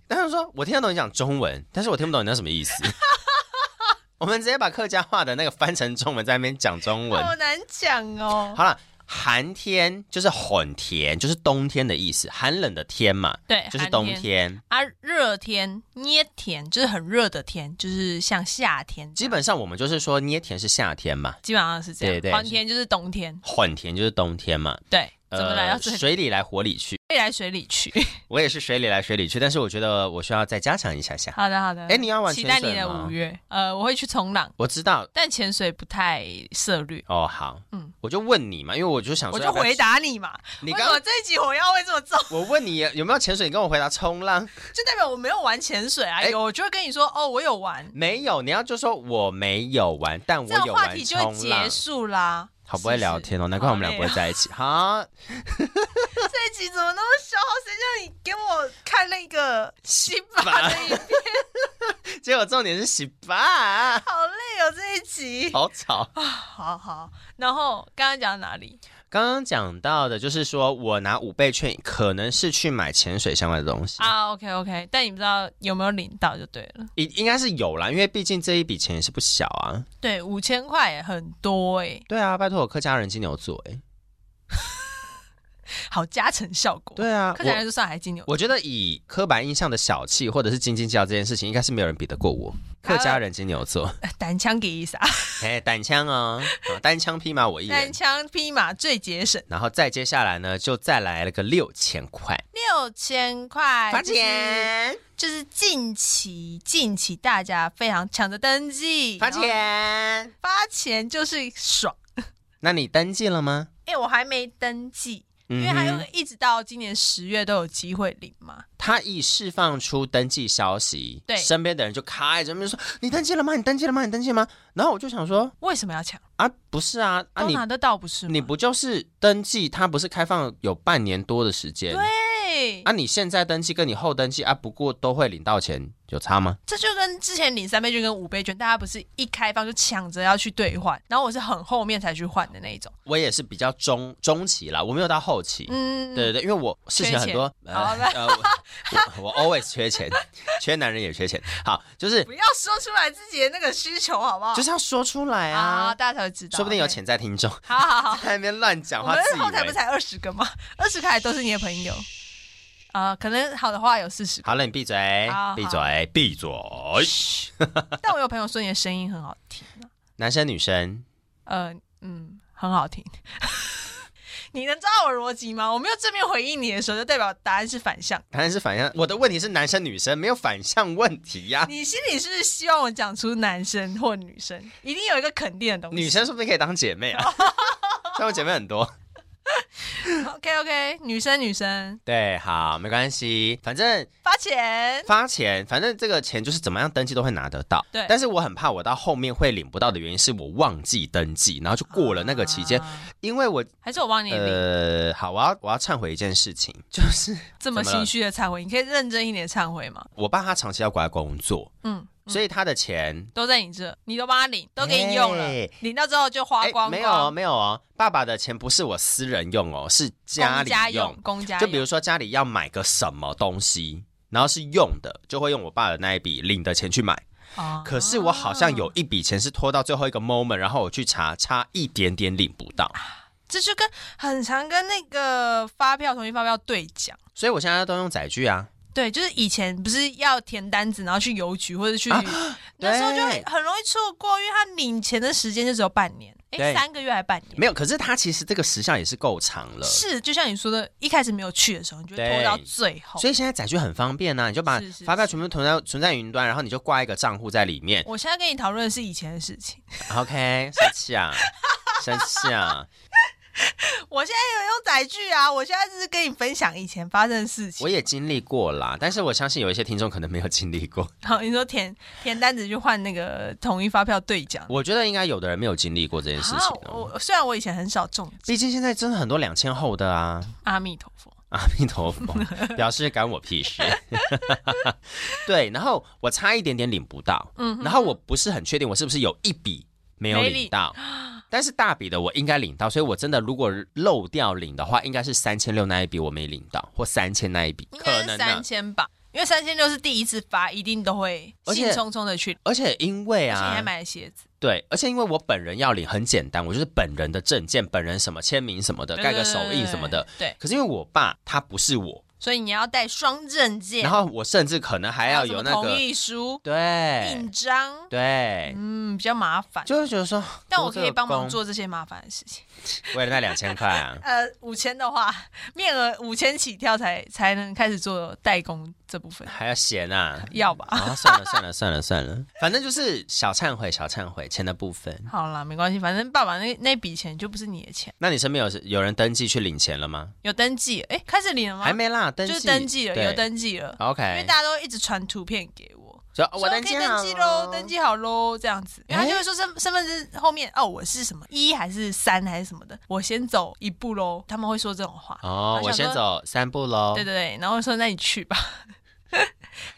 但是说，我听得懂你讲中文，但是我听不懂你那什么意 思。我们直接把客家话的那个翻成中文，在那边讲中文。 好难讲哦。好了，寒天就是很甜，就是冬天的意思，寒冷的天嘛，对，就是寒冬天天。啊，热天捏甜就是很热的天，就是像夏天，基本上我们就是说捏甜是夏天嘛，基本上是这样。对对黄天就是冬天，混甜就是冬天嘛。对，怎么来到这里？呃水里来火里去，未来水里去。我也是水里来水里去，但是我觉得我需要再加强一下下。 好的，好的。哎你要玩期待潜你水的吗五月。呃，我会去冲浪，我知道但潜水不太涉略。哦，好，嗯我就问你嘛，因为我就想说我要就不要回，答你嘛。你为刚什么这一集火药味这么重？ 我问你有没有潜水，你跟我回答冲浪就代表我没有玩潜水啊。哎有，我就会跟你说，哦，我有玩，没有，你要就说我没有玩，但这我样有话玩题就会冲结浪。束啦。好不会聊天哦，难怪我们俩不会在一起。好，是不是。这一集怎么那么消耗？谁叫你给我看那个辛巴的影片？结果重点是洗吧，好累哦，这一集。好吵。好好，然后刚刚讲到哪里？刚刚讲到的就是说我拿五倍券，可能是去买潜水相关的东西，啊，OK OK，但你不知道有没有领到就对了。应应该是有啦，因为毕竟这一笔钱也是不小啊。对，五千块也很多哎，对啊，拜托我客家人金牛座，哎，好加成效果。，对啊，看起来我就算还金牛。 我觉得以刻板印象的小气或者是斤斤计较这件事情，应该是没有人比得过我。客家人金牛座，单枪给一撒，哎，单枪哦，好单枪匹马我一人单。枪匹马最节省，然后再接下来呢，就再来了个六千块，六千块。罚就是钱，就是近期近期大家非常抢着登记罚，然后钱。发钱就是爽。那你登记了吗？哎、我还没登记，因嗯为哼还有一直到今年十月都有机会领嘛。他一释放出登记消息，对身边的人就开始那边说：“你登记了吗？你登记了吗？你登记了吗？”然后我就想说为什么要抢？：“啊，不是啊，啊都你拿得到不是吗？你不就是登记？它不是开放有半年多的时间？对，啊，你现在登记跟你后登记啊，不过都会领到钱，有差吗？这就跟之前领三倍券跟五倍券，大家不是一开放就抢着要去兑换，然后我是很后面才去换的那一种。我也是比较中中期啦，我没有到后期。嗯，对对对，因为我事情很多，呃好吧呃，我我 我 always 缺钱，缺男人也缺钱。好，就是不要说出来自己的那个需求好不好？就是是要说出来啊，啊，大家才会知道，说不定有 OK。潜在听众。好好好，在那边乱讲我话，们自以后台不为才二十个吗？二十个还都是你的朋友啊、可能好的话有四十个。好了，你闭嘴好，闭嘴，闭嘴。嘘但我有朋友说你的声音很好听啊，男生女生，呃嗯，很好听。 你能知道我逻辑吗？我没有正面回应你的时候，就代表答案是反向。当然是反向。我的问题是男生女生，没有反向问题呀、你心里是不是希望我讲出男生或女生，一定有一个肯定的东西。女 生说不定可以当姐妹啊，像我姐妹很多。 OK OK，女生女生对，好，没关系，反正发钱，发钱，反正这个钱就是怎么样登记都会拿得到。对但是我很怕我到后面会领不到的原因是我忘记登记，然后就 过了那个期间，啊因为我还是我帮你领。呃，好，我要我要忏悔一件事情，就是这么怎么了心虚的忏悔，你可以认真一点忏悔吗？我爸他长期要过来工作，嗯，所以他的钱都在你这，你都帮他领，都给你用了，哎领到之后就花哎，光光。没有哦，没有哦，爸爸的钱不是我私人用哦，是家公里家用。公家就比如用说家里要买个什么东西，然后是用的，就会用我爸的那一笔领的钱去买。啊可是我好像有一笔钱是拖到最后一个 moment，然后我去查，差一点点领不到。啊这就跟很常跟那个发票、统一发票兑奖。所以我现在都用载具啊，对，就是以前不是要填单子，然后去邮局或者去， 那啊对时候就会很容易错过，因为他领钱的时间就只有半年，哎，对三个月还半年。没有。可是它其实这个时效也是够长了，是，就像你说的，一开始没有去的时候，你就会拖对到最后。所以现在载具很方便啊呐、你就把是是发票全部存在存在云端，然后你就挂一个账户在里 面。我现在跟你讨论的是以前的事情， OK，生气啊，生气啊！我现在有用载具啊，我现在就是跟你分享以前发生的事情。我也经历过啦，但是我相信有一些听众可能没有经历过。然后你说填填单子去换那个统一发票兑奖我觉得应该有的人没有经历过这件事情啊哦。我虽然我以前很少中毕竟现在真的很多两千后的啊，阿弥陀佛，阿弥陀佛，表示干我屁事。 对，然后我差一点点领不到，嗯，然后我不是很确定我是不是有一笔没有没领领到，但是大笔的我应该领到，所以我真的如果漏掉领的话，应该是三千六那一笔我没领到，或三千那一笔，应可能该啊是呢、三千吧，因为三千六是第一次发，一定都会而且兴冲冲的去。而且因为而且你还啊，买了鞋子，对，而且因为我本人要领很简单，我就是本人的证件、本人什么签名什么的，对盖个手印什么的。。对对对对，可是因为我爸他不是我，所以你要带双证件，然后我甚至可能还要有那还有什么同个意书、对印章，对，嗯，比较麻烦。就会觉得说，但多我这可以个帮忙工，做这些麻烦的事情。。为了那两千块啊呃，五千的话， 面额五千起跳才才能开始做代工这部分，还要嫌 啊！要吧？啊，算了算了算了算了，反正就是小忏悔小忏悔钱的部分。好啦，没关系，反正爸爸那那笔钱就不是你的钱，那你身边有有人登记去领钱了吗？有登记，哎，开始领了吗？还，没啦，登就记是登记了，对有登记了，因为 OK，大家都一直传图片给我，就说哦我登可记以登记喽，登记。记好喽，这样子，诶然后他就会说身身份证后面哦，我是什么一还是三还是什么的，我先走一步喽，他们会说这种话，哦，然后我想先说走三步喽。对对对，然后说那你去吧，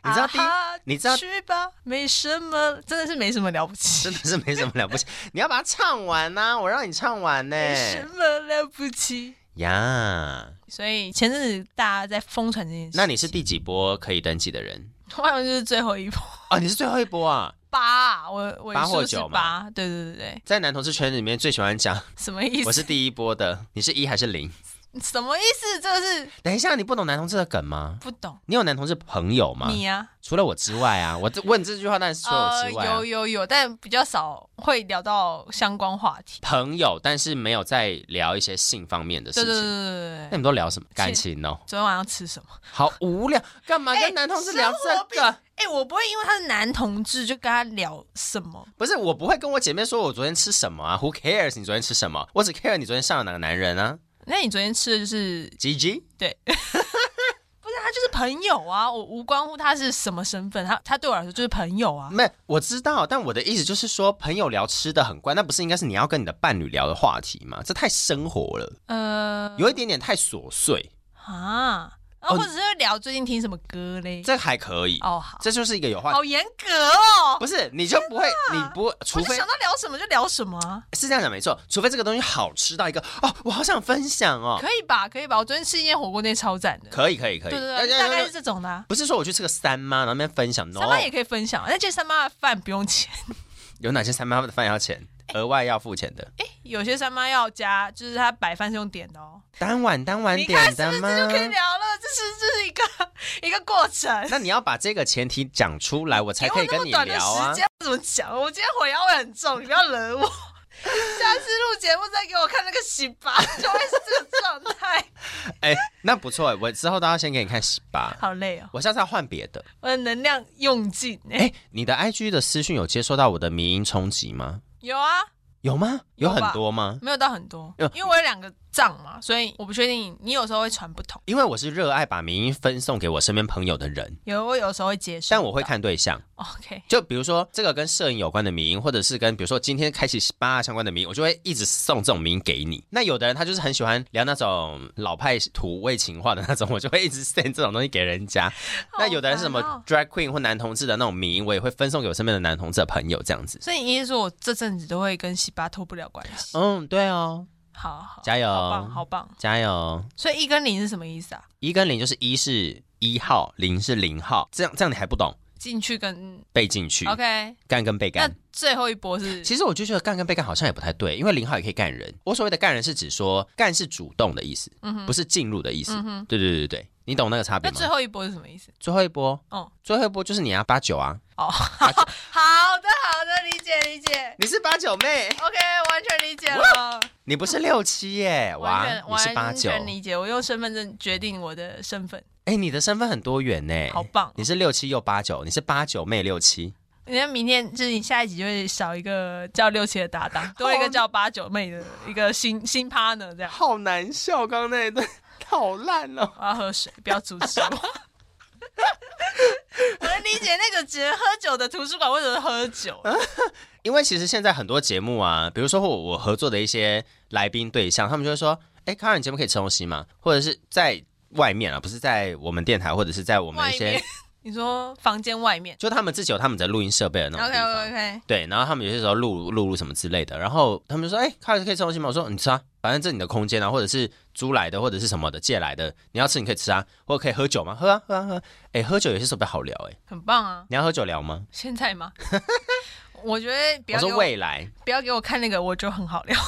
你知道啊第一哈你知道去吧，没什么，真的是没什么了不起真。的是没什么了不起，你要把它唱完呐、我让你唱完呢、没什么了不起。呀。所以前阵子大家在疯传这件事，那你是第几波可以登记的人？我好像就是最后一波哦，你是最后一波啊， 八啊，我我八或是九嘛八，对对对对，在男同志圈里面最喜欢讲什么意我是思？第一波的，你是一还是零？什么意思？这个是等一下，你不懂男同志的梗吗？不懂你有男同志朋友吗？你呀、除了我之外啊，我这问这句话当然是除了我之外啊、呃有有有，但比较少会聊到相关话题。朋友，但是没有在聊一些性方面的事对情。对对对对那你对。们都聊什么感情哦？昨天晚上吃什么？好无聊，干嘛哎跟男同志聊这个？哎、我不会因为他是男同志就跟他聊什么。不是，我不会跟我姐妹说我昨天吃什么啊。Who cares 你昨天吃什么？我只 care 你昨天上了哪个男人啊。那你昨天吃的就是， G G，不是他就是朋友啊，我无关乎他是什么身份，他他对我来说就是朋友啊。没，我知道，但我的意思就是说，朋友聊吃的很怪，那不是应该是你要跟你的伴侣聊的话题吗？这太生活了，呃，有一点点太琐碎，啊，然哦后或者是聊最近听什么歌嘞？这还可以，哦，好，这就是一个有话题。好严格哦，不是，你就不会，你不，除我就非想到聊什么就聊什么啊、是这样讲没错，除非这个东西好吃到一个哦，我好想分享哦，可以吧？可以吧？我昨天吃一间火锅店超赞的，可以可以可以，对对要对，要大概要是这种的、啊。不是说我去吃个三妈，然后那边分享，no，哦三妈也可以分享，那这三妈的饭不用钱。 有哪些三妈的饭要钱，额外要付钱的，哎，有些三妈要加，就是她白饭是用点的哦。单碗单碗你看点是的不是吗？这就可以聊了？这是这是一个 一个过程。哎那你要把这个前提讲出来，我才可以跟你给我那么聊短的啊时。间我怎么讲？我今天火药味很重，你不要惹我。 下次录节目再给我看那个洗吧， 就会是这个状态。 哎，那不错，我之后都要先给你看十八。好累哦，我下次要换别的。我的能量用尽哎、哎，你的 IG 的私讯有接收到我的迷音冲击吗？有啊，有吗？有有吧很多吗？没有到很多呃，因为我有两个账嘛，所以我不确定你有时候会传不同，因为我是热爱把迷音分送给我身边朋友的人，有我有时候会接受，哦但我会。看对象。 OK，就比如说这个跟摄影有关的迷音，或者是跟比如说今天开启八相关的迷音，我就会一直送这种迷音给你。那有的人他就是很喜欢聊那种老派土味情话的那种，我就会一直 send 这种东西给人家。那有的人是什么好烦哦 drag queen 或男同志的那种迷音，我也会分送给我身边的男同志的朋友这样子。所以你意思说我这阵子都会跟洗吧脱不了关系？嗯，对哦，好好，加油好棒，好棒。加油！所以一跟零是什么意思啊？一跟零就是一是一号，零是零号，这样这样你还不懂进去跟背进去 OK，干跟被那干。最后一波是其实我就觉得干跟被干好像也不太对，因为零号也可以干人。我所谓的干人是指说干是主动的意思，嗯不是进入的意思。对对对对对，你懂那个差别那吗最？后一波是什么意思？最后一波，哦最后一波就是你啊，八九啊，哦，八九，好的好的，理解理解你是八九妹， ，OK，完全理解了，你不是六七耶，哇，完全你是八完九，全理解。我用身份证决定我的身份，哎，你的身份很多元呢，好棒你是六七又八九，你是八九妹六七，人家明天就是你下一集就会少一个叫六七的搭档，多一个叫八九妹的一个新新 partner 这样。好难笑，刚刚那一段好烂哦。我要喝水，不要阻 止我。我能理解那个只能喝酒的图书馆为什么喝酒，啊因为其实现在很多节目啊，比如说我我合作的一些来宾对象，他们就会说：“哎，康仁，你节目可以吃东西吗？”或者是在外面啊，不是在我们电台，或者是在我们外一些面，你说房间外面就他们自己有他们的录音设备的那种地 OK 方。 OK OK，对，然后他们有些时候录录录什么之类的，然后他们就说：“哎、康仁可以吃东西吗？”我说：“你吃啊，反正这是你的空间啊，或者是租来的，或者是什么的借来的，你要吃你可以吃啊，或者可以喝酒吗？喝啊喝啊喝啊。哎，喝酒有些时候比较好聊哎、很棒啊！你要喝酒聊吗？现 在吗？我觉得不我要给说我未来不要给我看那个，我就很好聊。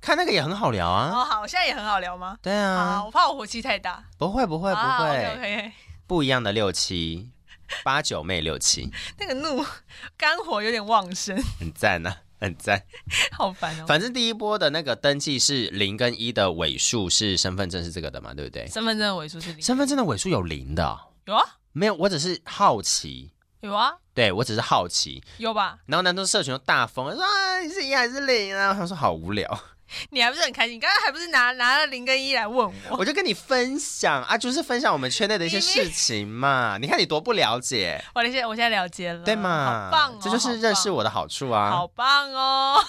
看那个也很好聊啊，哦，好，我现在也很好聊吗？对啊，啊，我怕我火气太大。不会不会不会。啊 o k OK，不一样的六七，八九妹六七，那个怒 肝火有点旺盛，很赞呐、很赞。好烦哦。反正第一波的那个登记是零跟一的尾数是身份证是这个的嘛，对不对？身份证的尾数是零，身份证的尾数有零的哦、有啊，没有，我只是好奇，有啊，对我只是好奇。有吧？然后男生社群就大疯，说啊你是一还是零啊？他说好无 聊，你还不是很开心？你刚刚还不是拿拿了零跟一来问我？我就跟你分享啊，就是分享我们圈内的一些事情 嘛。你看你多不了解，我现在我现在了解了，对嘛？好棒哦，这就是认识我的好处啊。好棒，好棒哦。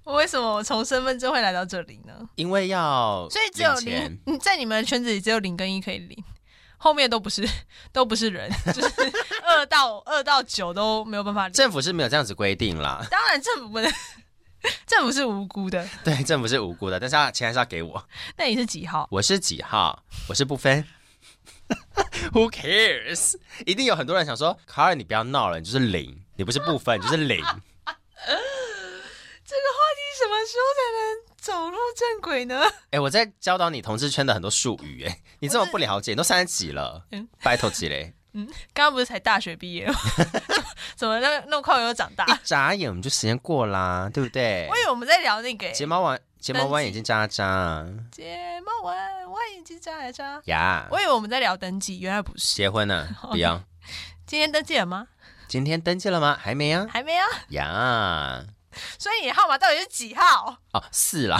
我为什么我从身份证会来到这里呢？因为要所以只有领钱零，嗯在你们的圈子里只有零跟一可以领，后面都不是都不是人，就是 二到二到九都没有办法领。政府是没有这样子规定啦， 当然政府不能，政府是无辜的。对，政府是无辜的，但是他钱还是要给我。那你是几号？我是几号？我是不分。Who cares？一定有很多人想说，卡尔，你不要闹了，你就是零，你不是不分，你就是零。你什么时候才能走入正轨呢？哎、我在教导你同志圈的很多术语、哎，你这么不了解，你都三十几了嗯，白头几嘞，刚刚不是才大学毕业吗？ 怎么那那么快我又长大？一眨眼我们就时间过啦，对不对我？以为我们在聊那个睫欸毛弯，睫毛弯登记眼睛眨眨睫毛弯，我已经眨呀眨。呀我以为我们在聊登记，原来不啊是。结婚 了，不要。今天登记了吗？今天登记了吗？还没 啊？还没啊。呀，所以你的号码到底是几号？ 哦，是啦。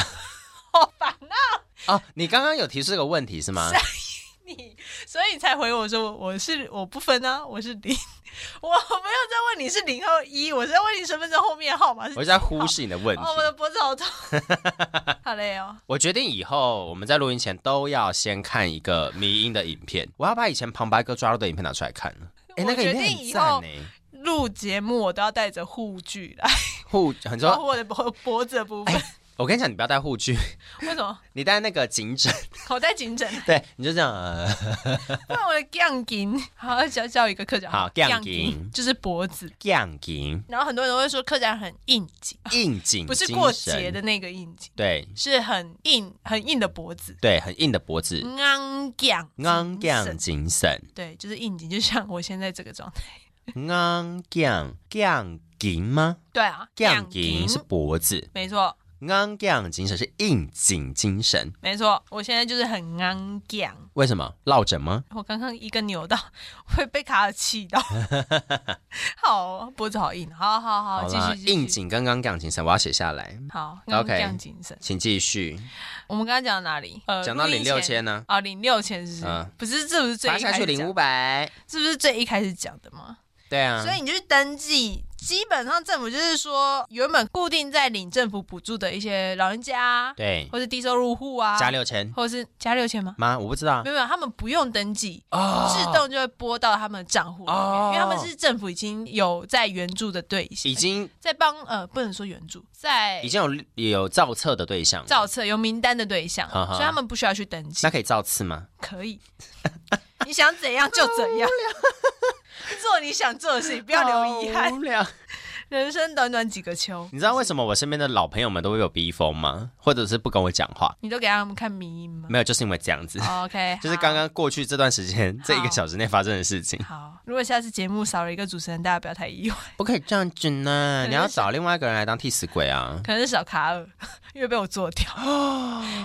好烦啊哦，你刚刚有提出这个问题是吗？你！所以你才回我说我是我不分啊，我是零。 我没有在问你是零和一，我是在问你身份证后面的号码是我一直在忽视你的问题哦，。我的脖子好 痛，好累哦。我决定以后我们在录音前都要先看一个迷音的影片，我要把以前旁白哥抓到的影片拿出来看了。哎、那我个影决片定很以赞后呢，录节目我都要带着护具来，护很保护多。我的脖脖子的部分。我跟你讲，你不要戴护具， 为什么你戴那个颈枕， 口袋紧枕？对，你就这样。呃、 不然我的 gang 紧，好教教一个客家话好，gang 紧就是脖子。降颈然后很多人都会说客家人很应景，硬颈， 不是过节，的那个应景，对是很硬很硬的脖子。嗯对，很硬的脖子，昂 gang 昂降嗯神精神，对，就是应景，就像我现在这个状态。昂降降颈吗？对啊，降紧颈是脖子，没错昂降精神是应景精神。没错，我现在就是很昂 gang。为什么落枕吗？我刚刚一个扭到，会被卡尔气 到。好，脖子好硬。好好好，好哦继啦，续应继续。景刚刚讲精神，我要写下来，好，刚 OK 刚精神。请继续。我们刚刚讲到哪里？呃，讲到录音领六千呢，啊，领六千是不是嗯？不是，这不是最罚一下开去始领五讲，百，是不是最一开始讲的吗？对啊，所以你就去登记，基本上政府就是说，原本固定在领政府补助的一些老人家，对或是低收入户啊，加，六千或是加六千吗？吗？我不知道没有，没有，他们不用登记，哦自动就会拨到他们的账户里面，哦因为他们是政府已经有在援助的对象，已经在帮呃不能说援助，在已经有有造册的对象了，造册有名单的对象，哈哈所以他们不需要去登记那，可以造次吗？可以，你想 怎样就怎样，做你想做的事情，不不要留遗憾。无聊。人生短短几个秋，你知道为什么我身边的老朋友们都会有逼疯吗？或者是不跟我讲话？你都给他们看迷音吗没有，就是因为这 样子， ？OK， 就是刚刚过去这段时间这一个小时内发生的事情，好。好如果下次节目少了一个主持人，大家不要太意外，不可以这样子呢。是你要找另外一个人来当替死鬼啊！可能是小卡尔， 因为被我做 掉。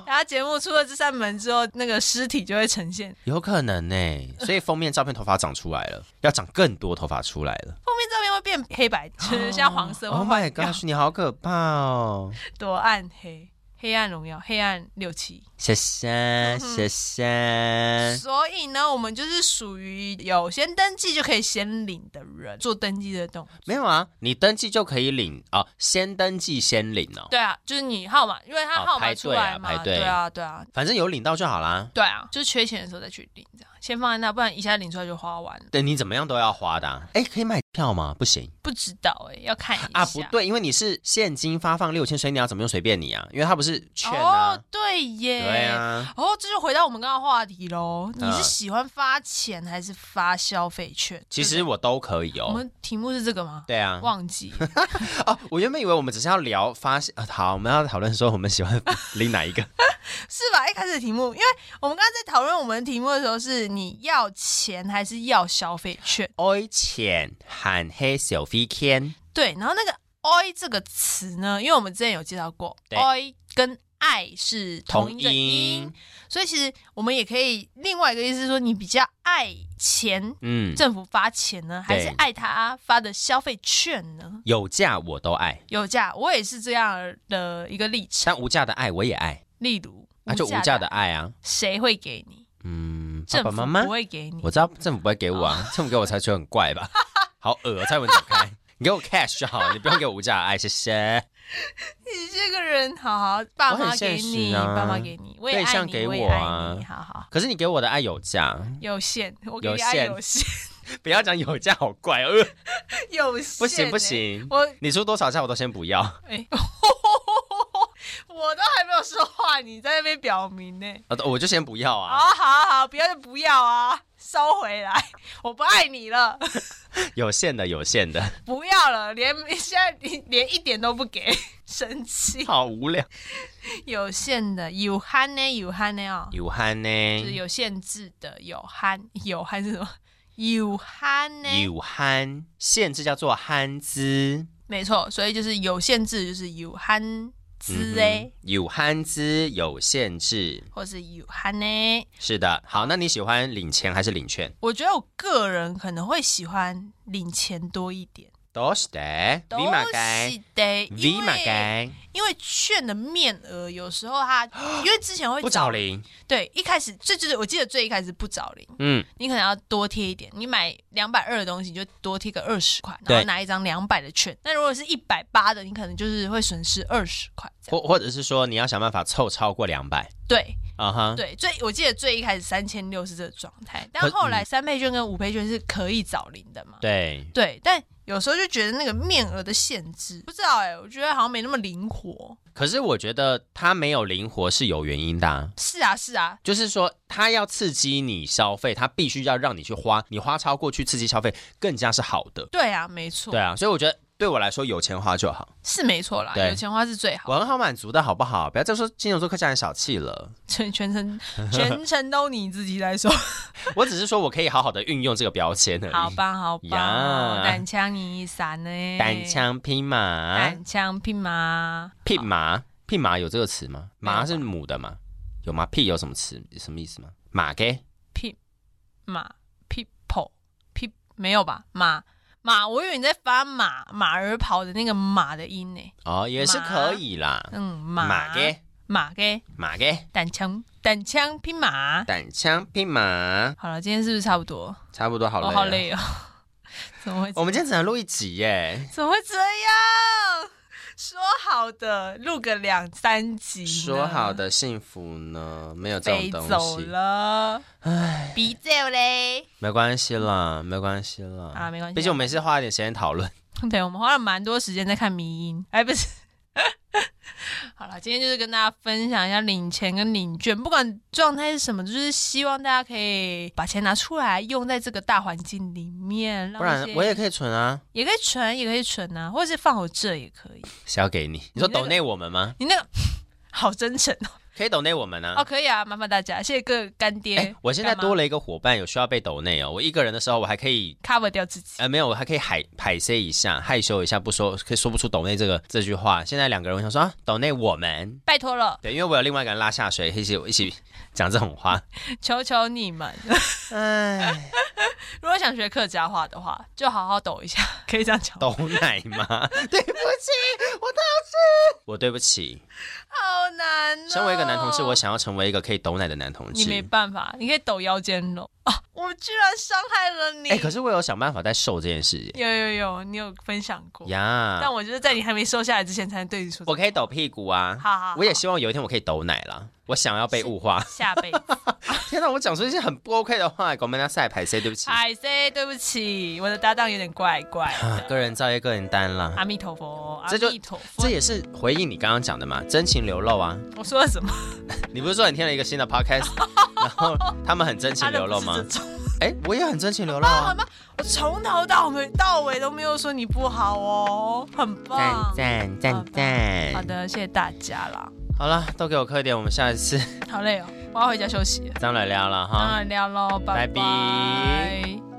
然后节目出了这扇门之后，那个尸体就会呈现。有可能呢、所以封面照片头发长出来了，要长更多头发出来了。后面照片会变黑白，就是像黄色会 Oh 换 my 掉 gosh，你好可怕哦！多暗黑。黑暗荣耀，黑暗六七，谢嗯谢谢谢，所以呢，我们就是属于有先登记就可以先领的人，做登记的动作。没有啊，你登记就可以领哦，先登记先领哦，对啊，就是你号码，因为他哦号码排出队啊来嘛，排队对啊，对啊，反正有领到就好啦。对啊，就是缺钱的时候再去领，这样先放在那，不然一下领出来就花完了。对你怎么样都要花的、啊。哎，可以买票吗？不行不知道哎、要看一下啊，不对，因为你是现金发放六千，所以你要怎么用随便你啊，因为它不是券啊。哦，对耶，对啊，哦，这就回到我们刚刚的话题喽。你是嗯喜欢发钱还是发消费券？其实我都可以我哦。们题目是这个吗？对啊，忘记哦，我原本以为我们只是要聊发现、啊，好，我们要讨论说我们喜欢领哪一 个。是吧？一开始的题目，因为我们刚刚在讨论我们的题目的时候，是你要钱还是要消费券？爱钱喊黑小飞天，对，然后那个 “oi” 这个词呢，因为我们之前有介绍过对，“oi” 跟爱是同同音的音，音，所以其实我们也可以另外一个意思是说，你比较爱钱，嗯，政府发钱呢，还对是爱他发的消费券呢？有价我都爱，有价，我也是这样的一个立场。但无价的爱我也爱，例如，那、啊就无价的，爱啊，谁会给你？嗯，爸政爸府妈妈不，会给你我。知道政府不会给我 啊，政府给我才觉得很怪 吧，好恶、啊，蔡文走开，你给我 cash 就好了，你不用给我无价的爱，谢谢。你这个人，好好，爸我妈很给现你，实啊爸妈给你，我也对爱象你，给我也我啊爱你，好好，可是你给我的爱有价，有限，我给有你爱限有限，不要讲有价，好怪，呃，有限， 欸不行不，行，我你出多少价我都先不要。哎， 我都还没有说话，你在那边表明呢。啊，我就先不要好啊，好好，不要就不要啊，收回来， 我不爱你了，有限的，有限的， 不要了，连现在连连一点都不给， 生气。好无聊。有限的，有憨呢，有憨呢哦，有憨呢？就是有限制的，有憨，有憨是什么？有憨呢？有憨，限制叫做憨资，没错，所以就是有限制，就是有憨嗯之哼嘞，有憨资有限制，或是有憨呢？是的。好，那你喜欢领钱还是领券？我觉得我个人可能会喜欢领钱多一点，都是的，都你嘛该，是得，你因嘛为该，因为券的面额有时候 它，因为之前会不找零。对一开始最就是我记得最一开始不找零，嗯，你可能要多贴一点，你买两百二的东西你就多贴个二十块，然对后拿一张两百的券。那如果是一百八的，你可能就是会损失二十块这样。或或者是说你要想办法凑超过两百对啊哈。对，最我记得最一开始三千六是这个状态，但可嗯后来三倍券跟五倍券是可以找零的嘛？对，对，但有时候就觉得那个面额的限制，不知道哎、我觉得好像没那么灵活。可是我觉得它没有灵活是有原因的啊、是啊，是啊，就是说，它要刺激你消费，它必须要让你去花，你花超过去刺激消费，更加是好的。对啊，没错，对啊，所以我觉得对我来说，有钱花就好，是没错啦，对有钱花是最好，我很好满足的好不好？不要再说金牛座客家人小气了，全 全程全程都你自己来说，我只是说我可以好好的运用这个标签而已。好棒好棒，呀单枪你一闪呢，单枪啊匹马，单枪匹马，匹马，匹马有这个词吗？没有马是母的吗？有吗？屁有什么词？什么意思吗？马给匹马 people 匹没有吧马。马，我以为你在发马马儿跑的那个马的音呢。哦，也是可以啦。嗯，马马给马给马给，单枪单枪匹马。单枪匹马，好了，今天是不是差不多？差不多好我了。好累哦， 怎么会这样？我们今天只能录一集耶，怎么会这样？说好的录个两三集，说好，的幸福呢？没有这啊飞种东走西，了，唉，别走嘞没关系啦，没关系啦。啊，没关系，毕竟我们也是花一点时间讨论，对我们花了蛮多时间在看迷音，哎，不是， 好了，今天就是跟大家分享一下领钱跟领券，不管状态是什么，就是希望大家可以把钱拿出来用在这个大环境里面，不然我也也可以存啊，也可以存，也可以存啊，或者是放我这也可以。是要给你。你那说个抖内我们吗？你那个 好真诚哦，可以抖内我们啊哦。可以啊，麻烦大家，谢谢各位干爹、哎，我现在干妈多了一个伙伴，有需要被抖内哦。我一个人的时候，我还可以 cover 掉自己。呃，没有，我还可以海海塞一下，害羞一下，不说，可以说不出抖内这个这句话。现在两个人，我想说啊，抖内我们，拜托了，对，因为我有另外一个人拉下水，一起一起讲这种话。求求你们！ 哎，如果想学客家话的话，就好好抖 一下，可以这样讲吗。抖奶吗？对不起，我道歉，我对不起。好难、哦。身为一个男同志，我想要成为一个可以抖奶的男同你没志。办法，你可以抖腰间喽啊！我居然伤害了你。哎，可是我有想办法在瘦这件事耶有有有，你有分享过，呀哦但，我就是在你还没瘦下来之前才能对你说。我可以抖屁股啊。好好好，我也希望有一天我可以抖奶啦。我想要被物化。 下辈子。天哪，我讲出一些很不 OK 的话，我们要赛排 C，对不起。 I say 哎对不起，我的搭档有点怪怪。啊，个人造业，个人担啦。阿弥陀佛，阿这就弥陀佛这。也是回应你刚刚讲的嘛，真情流露啊！我说了什么？你不是说你听了一个新的 podcast，然 后他们很真情他的流不露是吗这？种哎，我也很真情流露哦啊！我从头到尾到尾都没有说你不好哦，很棒。赞好吧好赞！的，谢谢大家啦。好了，都给我磕一点，我们下一次 好累哦，我要回家休息了。再来聊了哈。当然聊喽，拜拜拜拜